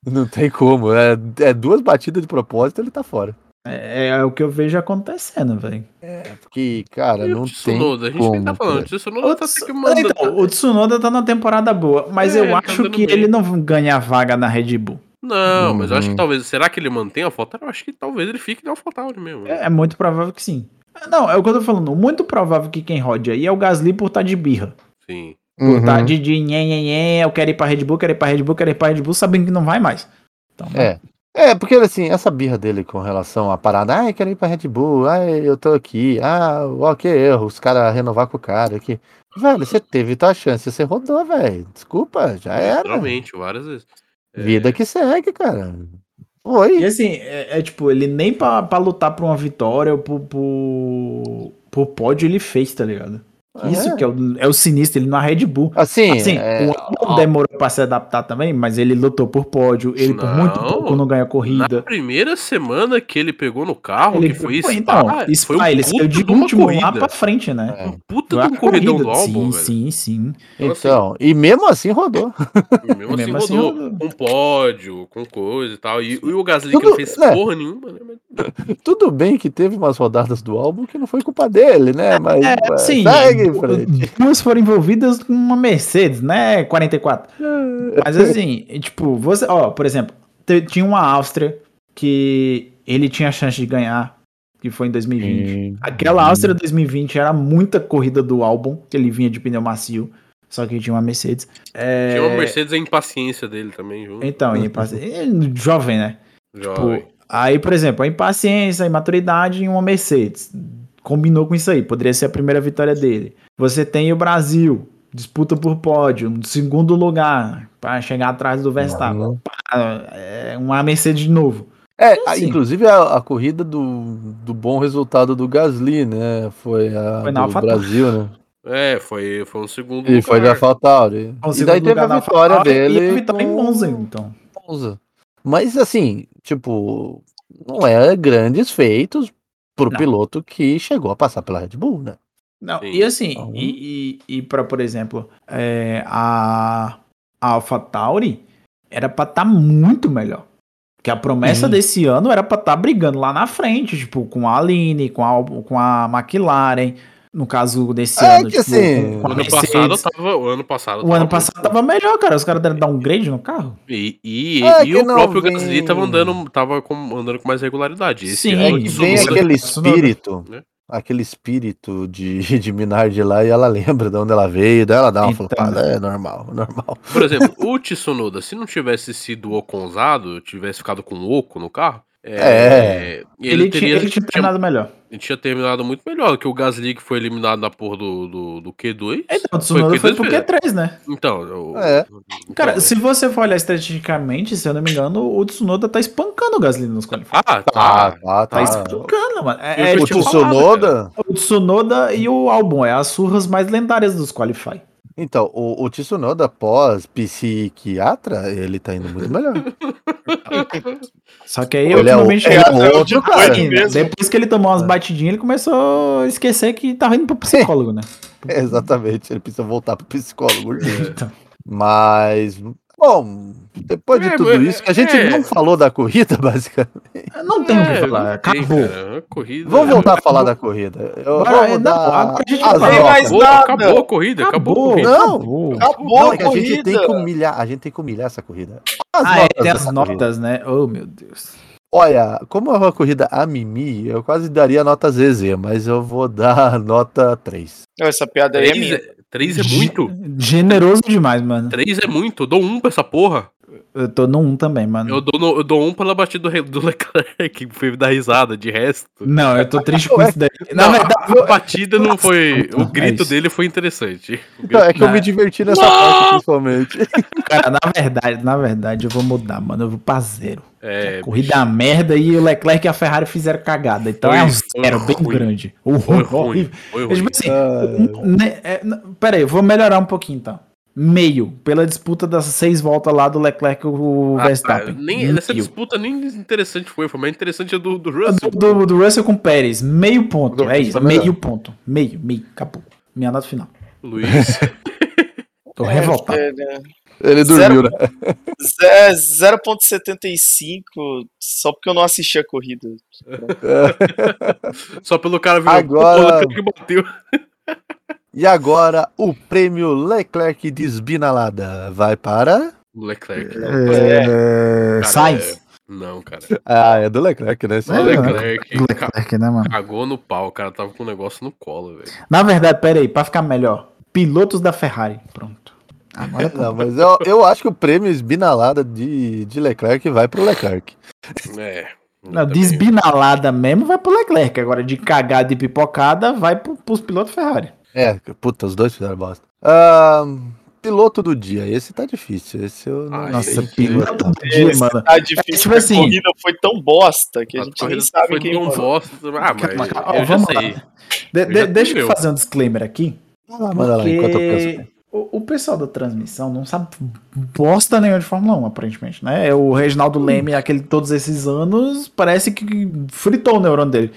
B: Não tem como. É, é duas batidas de propósito ele tá fora.
C: é, é o que eu vejo acontecendo, velho.
B: É, Porque, cara,
E: E o
B: não
E: Tsunoda, a
B: tem
E: gente nem
B: como.
E: tá falando.
B: cara.
E: O Tsunoda tá
C: Tsu-
E: sempre mandando.
C: então, o Tsunoda tá na temporada boa, mas
E: É,
C: eu
E: ele tá
C: acho
E: andando
C: que
E: bem.
C: ele não ganha vaga na Red Bull.
E: Não, mas eu acho que
B: Uhum.
E: talvez. Será que ele mantém a foto? Eu acho que talvez ele fique na AlphaTauri mesmo.
C: É, é muito provável que sim. Não, é o que eu tô falando. Muito provável que quem rode aí é o Gasly por tá de birra.
E: Sim.
B: Uhum.
C: Por tá de, de nhen, nhen, nhen, eu quero ir pra Red Bull, quero ir pra Red Bull, quero ir pra Red Bull, sabendo que não vai mais. Então,
B: É. É, porque assim, essa birra dele com relação à parada, ai, quero ir pra Red Bull, ai, eu tô aqui, ah, ó, que erro, os caras renovar com o cara aqui. Velho, você teve tua chance, você rodou, velho. Desculpa, já era.
E: Literalmente, várias vezes. É,
B: É, né? Vida que segue, cara.
C: E
B: Oi.
C: assim, é, é tipo, ele nem pra, pra lutar por uma vitória ou por, por, por pódio ele fez, tá ligado? Isso que é o, é o sinistro, ele na Red Bull.
B: Assim,
C: Assim,
B: é,
C: o Albon demorou pra se adaptar também, mas ele lutou por pódio, ele por muito
E: Não.
C: pouco não ganha
E: Na
C: corrida.
E: primeira semana que ele pegou no carro,
C: Ele,
E: que foi
C: pô,
E: Spa,
C: então,
E: foi um
C: Spa, ele saiu
E: puta
C: de
E: de uma
C: último lá
E: corrida.
C: pra frente, né?
B: É.
E: Um
C: Foi
E: puta
C: a
E: de um corridão do
C: corrida.
E: álbum,
C: sim,
E: velho.
C: sim, sim.
B: então, e mesmo assim rodou.
E: Mesmo,
C: Mesmo
E: assim
C: assim,
E: rodou,
C: rodou.
E: com pódio, com coisa e tal. E, e o Gasly que
B: Tudo,
E: não fez
B: né?
E: porra nenhuma, né? Mas
B: Tudo bem que teve umas rodadas do álbum que não foi culpa dele, né? Mas
C: É,
B: é,
C: sim.
B: segue em frente.
C: Duas foram envolvidas com uma Mercedes, né? 44. Mas assim, é tipo, você, ó, por exemplo, te- tinha uma Áustria que ele tinha chance de ganhar, que foi em 2020. Aquela Áustria 2020 era muita corrida do álbum, que ele vinha de pneu macio, só que tinha uma Mercedes. É,
E: Tinha uma Mercedes a impaciência dele também, junto.
C: Então, e passe- é, jovem, né?
E: jovem.
C: Pô, Aí, por exemplo, a impaciência, a imaturidade em uma Mercedes. Combinou com isso aí, poderia ser a primeira vitória dele. Você tem o Brasil, disputa por pódio, um segundo lugar, para chegar atrás do Verstappen. Pá, é uma Mercedes de novo.
B: É,
C: Então,
B: a-
C: assim-
B: inclusive a, a corrida do, do bom resultado do Gasly, né? Foi a
C: Foi na
B: do
C: AlphaTauri.
B: Brasil, né?
E: É, foi, foi um segundo
B: E foi da
E: lugar.
B: AlphaTauri.
C: Ao
B: E
C: segundo
B: daí teve
C: lugar
B: a
C: na
B: vitória
C: Ferrari
B: dele
C: E a vitória em
B: com
C: Monza, então.
B: Monza. Mas assim, tipo, não é grandes feitos pro
C: Não.
B: piloto que chegou a passar pela Red Bull, né?
C: Não,
E: Sim.
C: e assim,
B: Então-
C: e, e, e para, por exemplo, é, a, a AlphaTauri era pra estar muito melhor. Porque a promessa
B: Sim.
C: desse ano era pra estar brigando lá na frente, tipo, com a Aline, com a, Al- com a McLaren, no caso desse
B: É
C: ano,
B: que
C: tipo,
B: assim,
C: com,
E: O
C: com a
E: ano
C: Mercedes.
E: passado tava. O ano passado
C: o ano
E: tava-
C: passado tava melhor, cara. Os caras deram dar um grade no carro.
E: E, e,
B: É,
E: e
B: que
E: o
B: não
E: próprio
B: vem-
E: Gasly tava andando, tava com- andando com mais regularidade. Esse
C: Sim,
E: ano,
B: É
C: Sim,
B: que
E: isso
B: vem
E: não- um
C: Tsunoda.
B: aquele
C: Tsunoda.
B: espírito,
E: Né?
B: aquele espírito de, de Minardi lá e ela lembra de onde ela veio, daí ela dá uma
C: Então.
B: flopada, é normal, normal.
E: Por exemplo, o Tsunoda, se não tivesse sido oconzado, tivesse ficado com o oco no carro, é,
C: Ele,
E: ele,
C: tinha-
E: teria,
C: ele tinha
E: tinha-
C: terminado melhor.
E: ele tinha terminado muito melhor que o Gasly, que foi eliminado na porra do, do, do Q2.
C: Então, o Tsunoda foi,
E: Q2
C: pro
E: mesmo.
C: Q3, né?
E: Então, eu-
B: É.
E: então,
C: Cara,
E: é.
C: se você for olhar estatisticamente, se eu não me engano, o Tsunoda tá espancando o Gasly nos qualificados.
E: Ah,
B: Tá,
E: tá.
B: tá,
C: Tá
B: tá.
C: espancando, mano.
E: Eu
C: É, é
E: já
B: o
E: tinha
C: tipo,
E: falado,
B: Tsunoda,
C: o Tsunoda e o Albon, é as surras mais lendárias dos Qualify.
B: então, o, o Tsunoda pós psiquiatra, ele tá indo muito melhor.
C: Só que aí,
B: Ele é
C: ultimamente,
B: o- É. ele é
C: chegou-
B: outro
C: assim,
B: cara.
C: né,
D: mesmo.
C: depois que ele tomou umas batidinhas, ele começou a esquecer que tava indo pro psicólogo, né?
B: É, exatamente, ele precisa voltar pro psicólogo.
E: É.
C: Então,
B: Mas, bom, depois de
E: É,
B: tudo
E: mas-
B: isso, que a gente
E: é.
B: não falou da corrida, basicamente.
C: não tem o que
E: É,
C: falar,
E: não tem,
C: acabou.
E: cara, a corrida,
B: Vamos voltar a falar da corrida. Eu,
C: Bora,
B: vamos
C: não,
B: dar
C: agora a gente
B: as
C: não tem
B: notas.
D: mais
E: Acabou,
D: nada.
E: acabou a corrida, acabou, a corrida.
B: Não.
C: acabou.
D: Acabou
B: Não, é
D: a
B: que a gente tem
D: corrida.
B: que humilhar, a gente tem que humilhar essa corrida. As
C: Ah, é, tem as
B: dessa corrida.
C: notas, né? Oh, meu Deus.
B: Olha, como é uma corrida a mimi, eu quase daria nota ZZ, mas eu vou dar nota 3.
D: Não, essa piada aí é
E: Três,
D: minha.
E: é, três é muito.
C: Generoso demais, mano.
E: Três é muito. Eu dou um pra essa porra.
C: Eu tô no 1 também, mano.
E: Eu dou, no- eu dou um pela batida do, Re- do Leclerc, que foi dar risada de resto.
C: Não, eu tô triste com isso daí. Na
E: Não,
C: verdade,
E: a, a batida não foi. O
C: Nossa,
E: grito
C: é isso.
E: dele foi interessante. O grito-
B: Então, é que eu
C: Não.
B: me diverti nessa parte, principalmente.
C: cara, na verdade, na verdade, eu vou mudar, mano. Eu vou pra zero.
E: é,
C: Corrida a merda e o Leclerc e a Ferrari fizeram cagada. Então é um
E: Foi- foi
C: zero bem
E: ruim.
C: grande. O
E: foi
C: ruim,
E: ruim.
C: horrível.
E: Foi
C: É
E: ruim.
C: tipo assim,
B: Ah,
C: né, é, n- pera aí, eu vou melhorar um pouquinho então. Meio, pela disputa das seis voltas lá do Leclerc e o
E: Ah,
C: Verstappen.
E: tá. nem,
C: Meio.
E: essa disputa assim. nem interessante foi, foi mais interessante a do, do
C: do,
E: Russell.
C: do- do Russell com o Pérez, meio ponto. É isso,
B: Foi melhor.
C: meio ponto. Meio, meio, acabou. Minha nota final.
E: Luiz.
C: Tô revoltado.
D: É, né?
B: ele dormiu, né?
D: Zé- 0.75, só porque eu não assisti a corrida.
E: Só pelo cara virar
B: Agora-
E: "Pô, o Leclerc bateu.
B: E agora, o prêmio Leclerc de Esbinalada vai para...
E: O Leclerc.
C: É,
E: Cara,
C: Sainz.
E: é- Não, cara.
B: Ah, é do Leclerc, né?
E: O
C: É, né?
E: Leclerc ca-
C: Leclerc, né, mano?
E: cagou no pau, o cara tava com o negócio no colo, velho.
C: Na verdade, pera aí, pra ficar melhor. Pilotos da Ferrari. Pronto. Agora
B: Não, mas eu, eu acho que o prêmio Esbinalada de, de Leclerc vai pro Leclerc.
E: É. eu
C: não,
E: também-
C: desbinalada mesmo vai pro Leclerc. Agora de cagada e pipocada vai pro, pros pilotos Ferrari.
B: É, puta, os dois fizeram bosta. Ah, piloto do dia, esse tá difícil. Esse eu não
E: Ah,
C: Nossa,
E: esse-
C: piloto do dia,
D: Esse
C: mano.
D: Tá difícil,
C: É, tipo
D: porque
C: assim,
D: a corrida foi tão bosta que a,
E: A
D: gente nem
E: corrida
D: sabe
E: foi
D: quem
E: tão
D: foi.
E: bosta. Ah, mas
C: Calma, calma,
E: eu já
C: vamos lá.
E: sei.
C: De-
E: Eu
C: de-
E: já tô
C: deixa eu
E: meu.
C: fazer um disclaimer aqui.
B: Manda lá, manda lá, enquanto eu penso.
C: Porque o, o pessoal da transmissão não sabe bosta nenhuma de Fórmula 1, aparentemente, né? O
E: Hum.
C: Reginaldo Leme, aquele todos esses anos, parece que fritou o neurônio dele.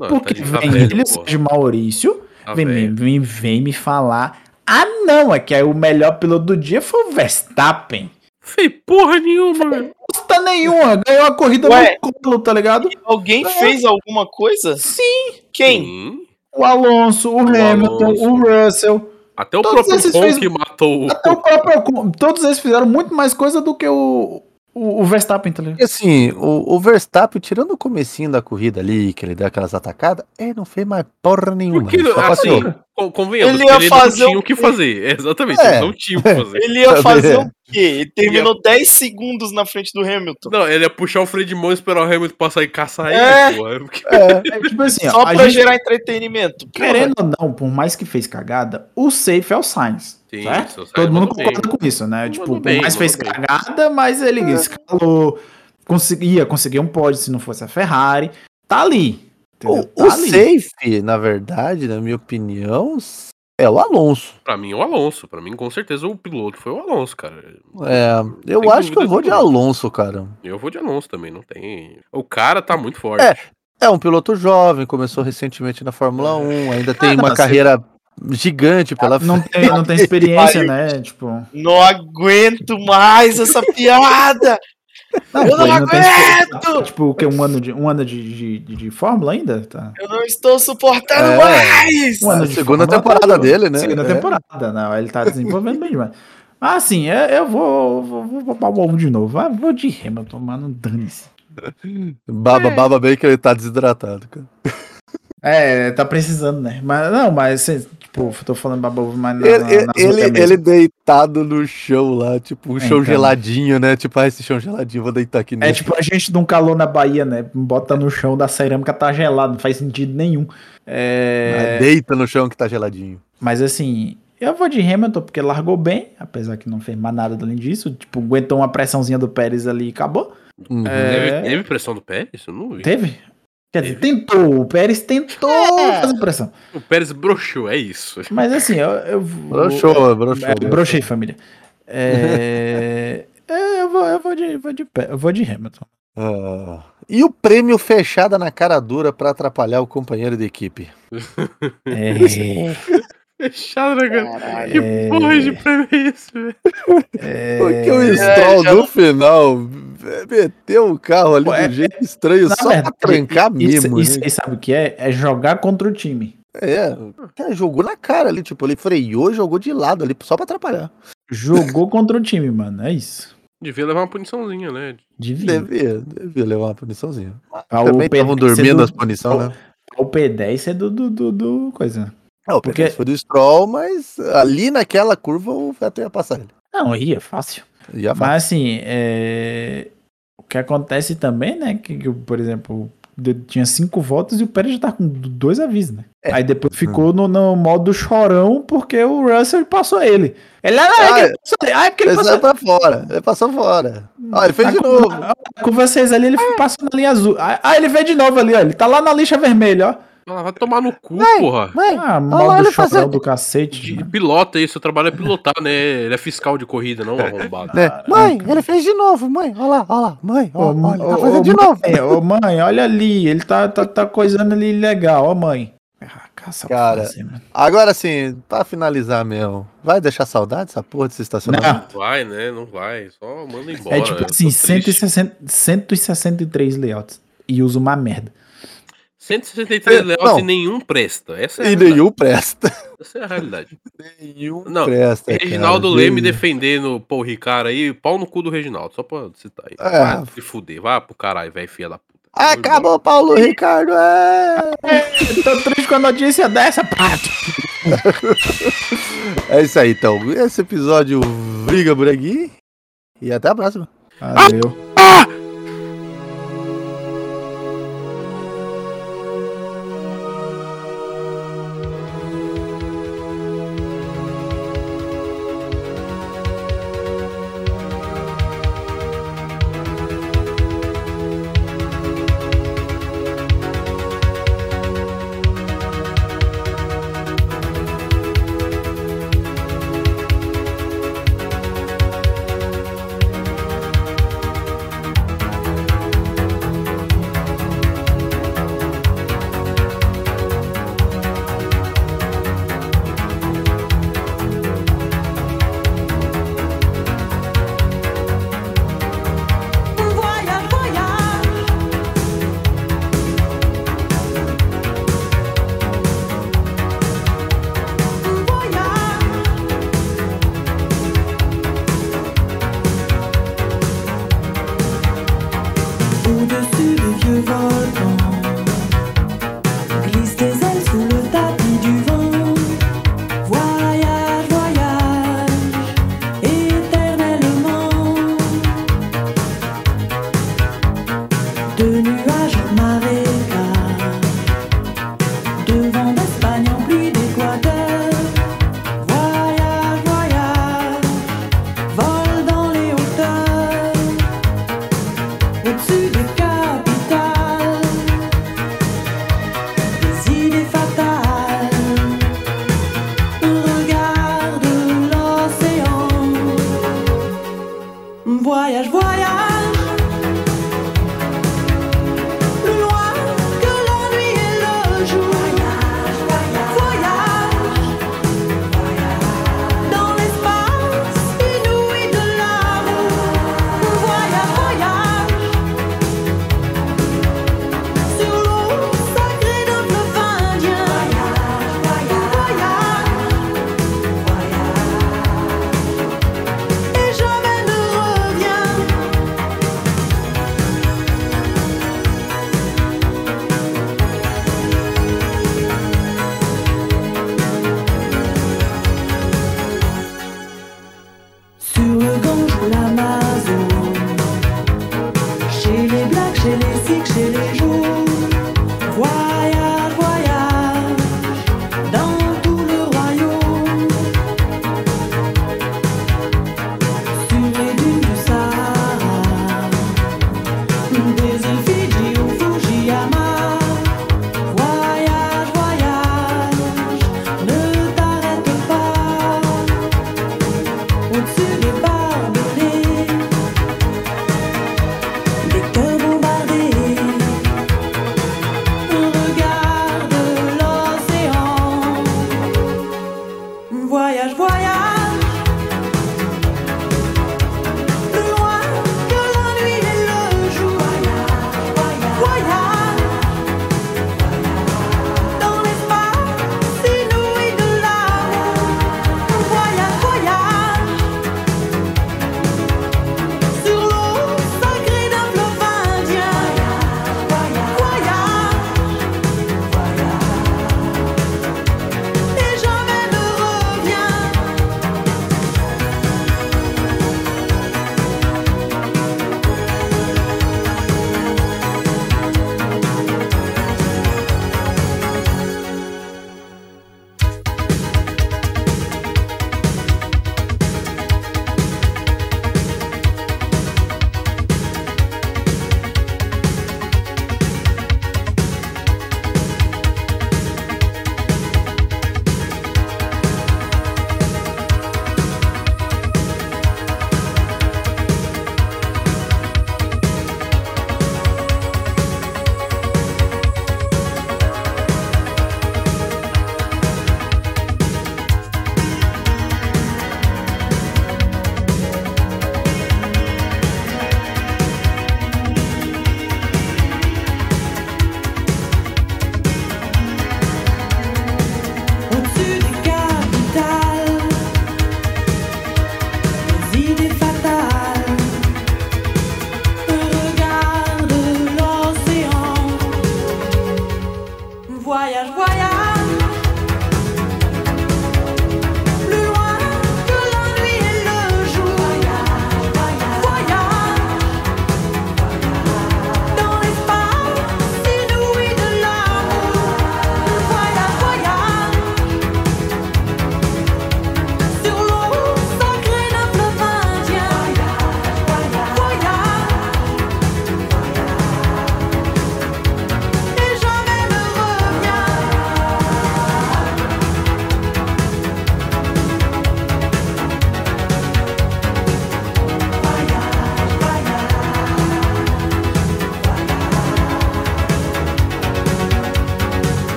E: Não,
C: Porque
E: tá de- tá
C: vem
E: velho,
C: ele,
E: porra.
C: de Maurício,
E: Tá
C: vem, me-
E: velho.
C: vem, vem me falar. Ah, não, é que aí o melhor piloto do dia foi o Verstappen.
E: Fei porra nenhuma, velho.
C: Bosta nenhuma, ganhou a corrida
D: Ué.
C: no colo, tá ligado?
D: Alguém fez alguma coisa?
C: Sim,
D: Quem?
C: o Alonso, o, Hamilton,
E: Alonso.
C: o Russell,
E: Até o
C: Todos
E: próprio
C: esses
E: Ocon
C: fez-
E: que matou o.
C: até o próprio Ocon, todos eles fizeram muito mais coisa do que o, o, o Verstappen, tá ligado?
B: E assim, o, o Verstappen, tirando o comecinho da corrida ali, que ele deu aquelas atacadas, ele não fez mais porra nenhuma.
E: Porque,
B: ele só
E: assim,
B: passeou.
E: co- convenhamos,
D: Ele
E: ele,
D: ia
E: não
D: fazer
E: tinha
D: um-
E: o que fazer. É, Exatamente,
B: É.
E: ele não tinha o que fazer.
D: Ele ia
B: Sabe,
D: fazer
B: é.
D: o quê? Ele terminou 10 segundos na frente do Hamilton.
E: Não, ele ia puxar o freio de mão, esperar o Hamilton passar e caçar ele,
D: É.
E: porra. Porque-
C: É, tipo assim, ó,
D: Só
C: a
D: pra
C: gente,
D: gerar entretenimento. porra.
C: querendo ou não, por mais que fez cagada, o safe é o Sainz.
E: Sim,
C: certo?
E: isso, o Sainz
C: Né? Todo mundo
E: mandou bem.
C: concorda com isso, né? tipo,
E: mandou
C: por
E: bem,
C: mais fez
E: mandou bem. É.
C: cagada, mas ele escalou, conseguia conseguir um pódio se não fosse a Ferrari. Tá ali.
B: O,
C: entendeu?
B: o
C: tá ali.
B: safe, na verdade, na minha opinião, é o Alonso.
E: Pra mim, o Alonso. Pra mim, com certeza, o piloto foi o Alonso, cara.
B: É, eu
E: Sem
B: acho que
E: dúvida
B: eu vou de
E: nenhuma.
B: Alonso, cara.
E: Eu vou de Alonso também, não tem. O cara tá muito forte.
B: É, É um piloto jovem, começou recentemente na
E: É.
B: Fórmula 1, ainda
E: Ah,
B: tem
C: não,
B: uma
C: mas
B: carreira gigante pela
C: Não
B: frente.
C: tem, não tem experiência, né? Tipo.
D: Não aguento mais essa piada! Eu não
C: pô, ele tem experiência.
D: aguento!
C: Tipo, o que? Um ano de, um ano de, de, de- de Fórmula ainda? Tá.
D: Eu não estou suportando
B: É.
D: mais!
C: Um ano de
B: Segunda
C: Fórmula
B: temporada
C: tá-
B: dele, né?
C: Segunda
B: É.
C: temporada, não. Ele tá desenvolvendo bem demais. Mas assim, é- eu vou, vou, vou babar o ovo de novo. Vai- Vou de Hamilton, mas não dane-se.
B: Baba, baba bem que ele tá desidratado, cara.
C: É, tá precisando, né? Mas não, mas assim, tipo, eu tô falando babar ovo, mas não.
B: Ele,
C: não-
B: ele-
C: não-
B: ele,
C: é mesmo.
B: ele deitado no chão lá, tipo um
C: É,
B: chão
C: então.
B: geladinho, né? Tipo, ah, esse chão geladinho, vou deitar aqui
C: É
B: nele.
C: tipo a gente de um calor na Bahia, né? Bota no chão da cerâmica, tá gelado, não faz sentido nenhum. É.
B: Ah, Deita no chão que tá geladinho.
C: Mas assim, eu vou de Hamilton porque largou bem, apesar que não fez mais nada além disso. Tipo, aguentou uma pressãozinha do Pérez ali e acabou.
B: Uhum.
E: Teve,
C: É,
E: teve pressão do Pérez? Eu não vi.
C: Teve? Quer dizer,
E: Teve.
C: tentou. O Pérez tentou fazer pressão.
E: O Pérez broxou, é isso.
C: Mas assim, eu, eu vou.
B: Broxou, broxou.
C: É, brochei, família. É, é, eu, vou, eu vou de, vou de, Pé- eu vou de Hamilton.
B: Ah, E o prêmio fechada na cara dura pra atrapalhar o companheiro de equipe.
C: É,
E: Fechado, né, cara?
D: Caralho.
E: Que porra de prêmio é isso, velho?
B: Porque o
D: É,
B: Stroll
D: já
B: no final é, meteu o carro ali
C: Pô, é-
B: de um jeito estranho,
C: na
B: só
C: verdade,
B: pra trancar mesmo.
C: Isso, isso
B: né?
C: aí sabe o que é? É jogar contra o time.
B: É, o cara jogou na cara ali, tipo, ele freou e jogou de lado ali só pra atrapalhar.
C: Jogou contra o time, mano. É isso.
E: Devia levar uma puniçãozinha, né?
C: Divino.
B: Devia, devia levar uma puniçãozinha.
C: Ah, o
B: Também estavam
C: Pedro-
B: dormindo
C: você
B: as punições, né?
C: O P10 é do, do, do, do coisa.
B: Não,
C: Porque-
B: porque um foi do Stroll, mas ali naquela curva o Vettel ia passar ele.
C: Não, aí é fácil.
B: Ia falar.
C: Mas assim, é, o que acontece também, né? Que, que, por exemplo, de- tinha cinco votos e o Pérez já tá com dois avisos, né?
B: É.
C: Aí depois ficou no, no modo chorão porque o Russell passou ele. Ele, ah, é que ele passou ele. Ah, é porque ele
B: Ele
C: passou
B: saiu pra fora, ele passou fora. Ó, ele fez de novo.
C: Com vocês ali, ele passou na linha azul. Ah, ah, ele veio de novo ali, ó. Ele tá lá na lixa vermelha, ó.
E: Ela vai tomar no cu, porra.
B: Mãe, É.
C: Ah,
B: olha lá,
C: modo
B: ele
C: chorão
B: fazendo-
C: do cacete.
E: De
C: mano.
E: pilota aí, seu trabalho é pilotar, né? Ele é fiscal de corrida, não arrombado.
B: né? mãe, ele fez de novo, mãe. Olha lá, olha lá, mãe.
C: Ô,
B: Olha,
C: mãe,
B: ele tá
C: ô,
B: fazendo
C: ô,
B: de novo.
C: É, ô mãe, olha ali, ele tá, tá, tá coisando ali legal, ó mãe. Ah, caça o que
B: Cara,
C: fazer, mano.
B: Agora sim, pra finalizar mesmo, vai deixar saudade essa porra desse
C: Não,
B: estacionamento?
E: Vai, né? Não vai. Só manda embora.
C: é tipo
E: eu tô
C: assim,
E: triste.
C: 160, 163 layouts e usa uma merda.
E: 163
B: É,
E: leões
B: não.
E: e nenhum presta. Essa é a
B: E
E: realidade.
B: nenhum presta.
E: Essa é a realidade.
B: Nenhum
E: Não,
B: presta. cara.
E: Reginaldo Leme
B: Nenhum.
E: defendendo o Paul Ricard aí, pau no cu do Reginaldo, só pra citar aí.
B: É.
E: Vai se fuder, vai pro caralho, velho, filha da puta.
B: Acabou, Paulo Ricardo. É...
C: Eu tô triste com a notícia dessa, pato.
B: é isso aí, então. Esse episódio briga por aqui. E até a próxima.
C: Valeu.
H: au-dessus du vieux volcan. Glisse tes ailes sous le tapis du vent. Voyage, voyage, éternellement. De nuages en marécage, de vent d'Espagne en pluie d'Équateur. Voyage, voyage, vol dans les hauteurs. Au-dessus des capitales, des idées fatales, regarde l'océan. Voyage, voyage, plus loin que la nuit et le jour. Voyage, voyage, dans l'espace inouï de l'amour. Voyage, voyage. Sur l'eau sacrée d'un fleuve indien Voyage, voyage, voyage Et jamais ne reviens Sur le Gange ou l'Amazon chez les blacks, chez les sikhs, chez les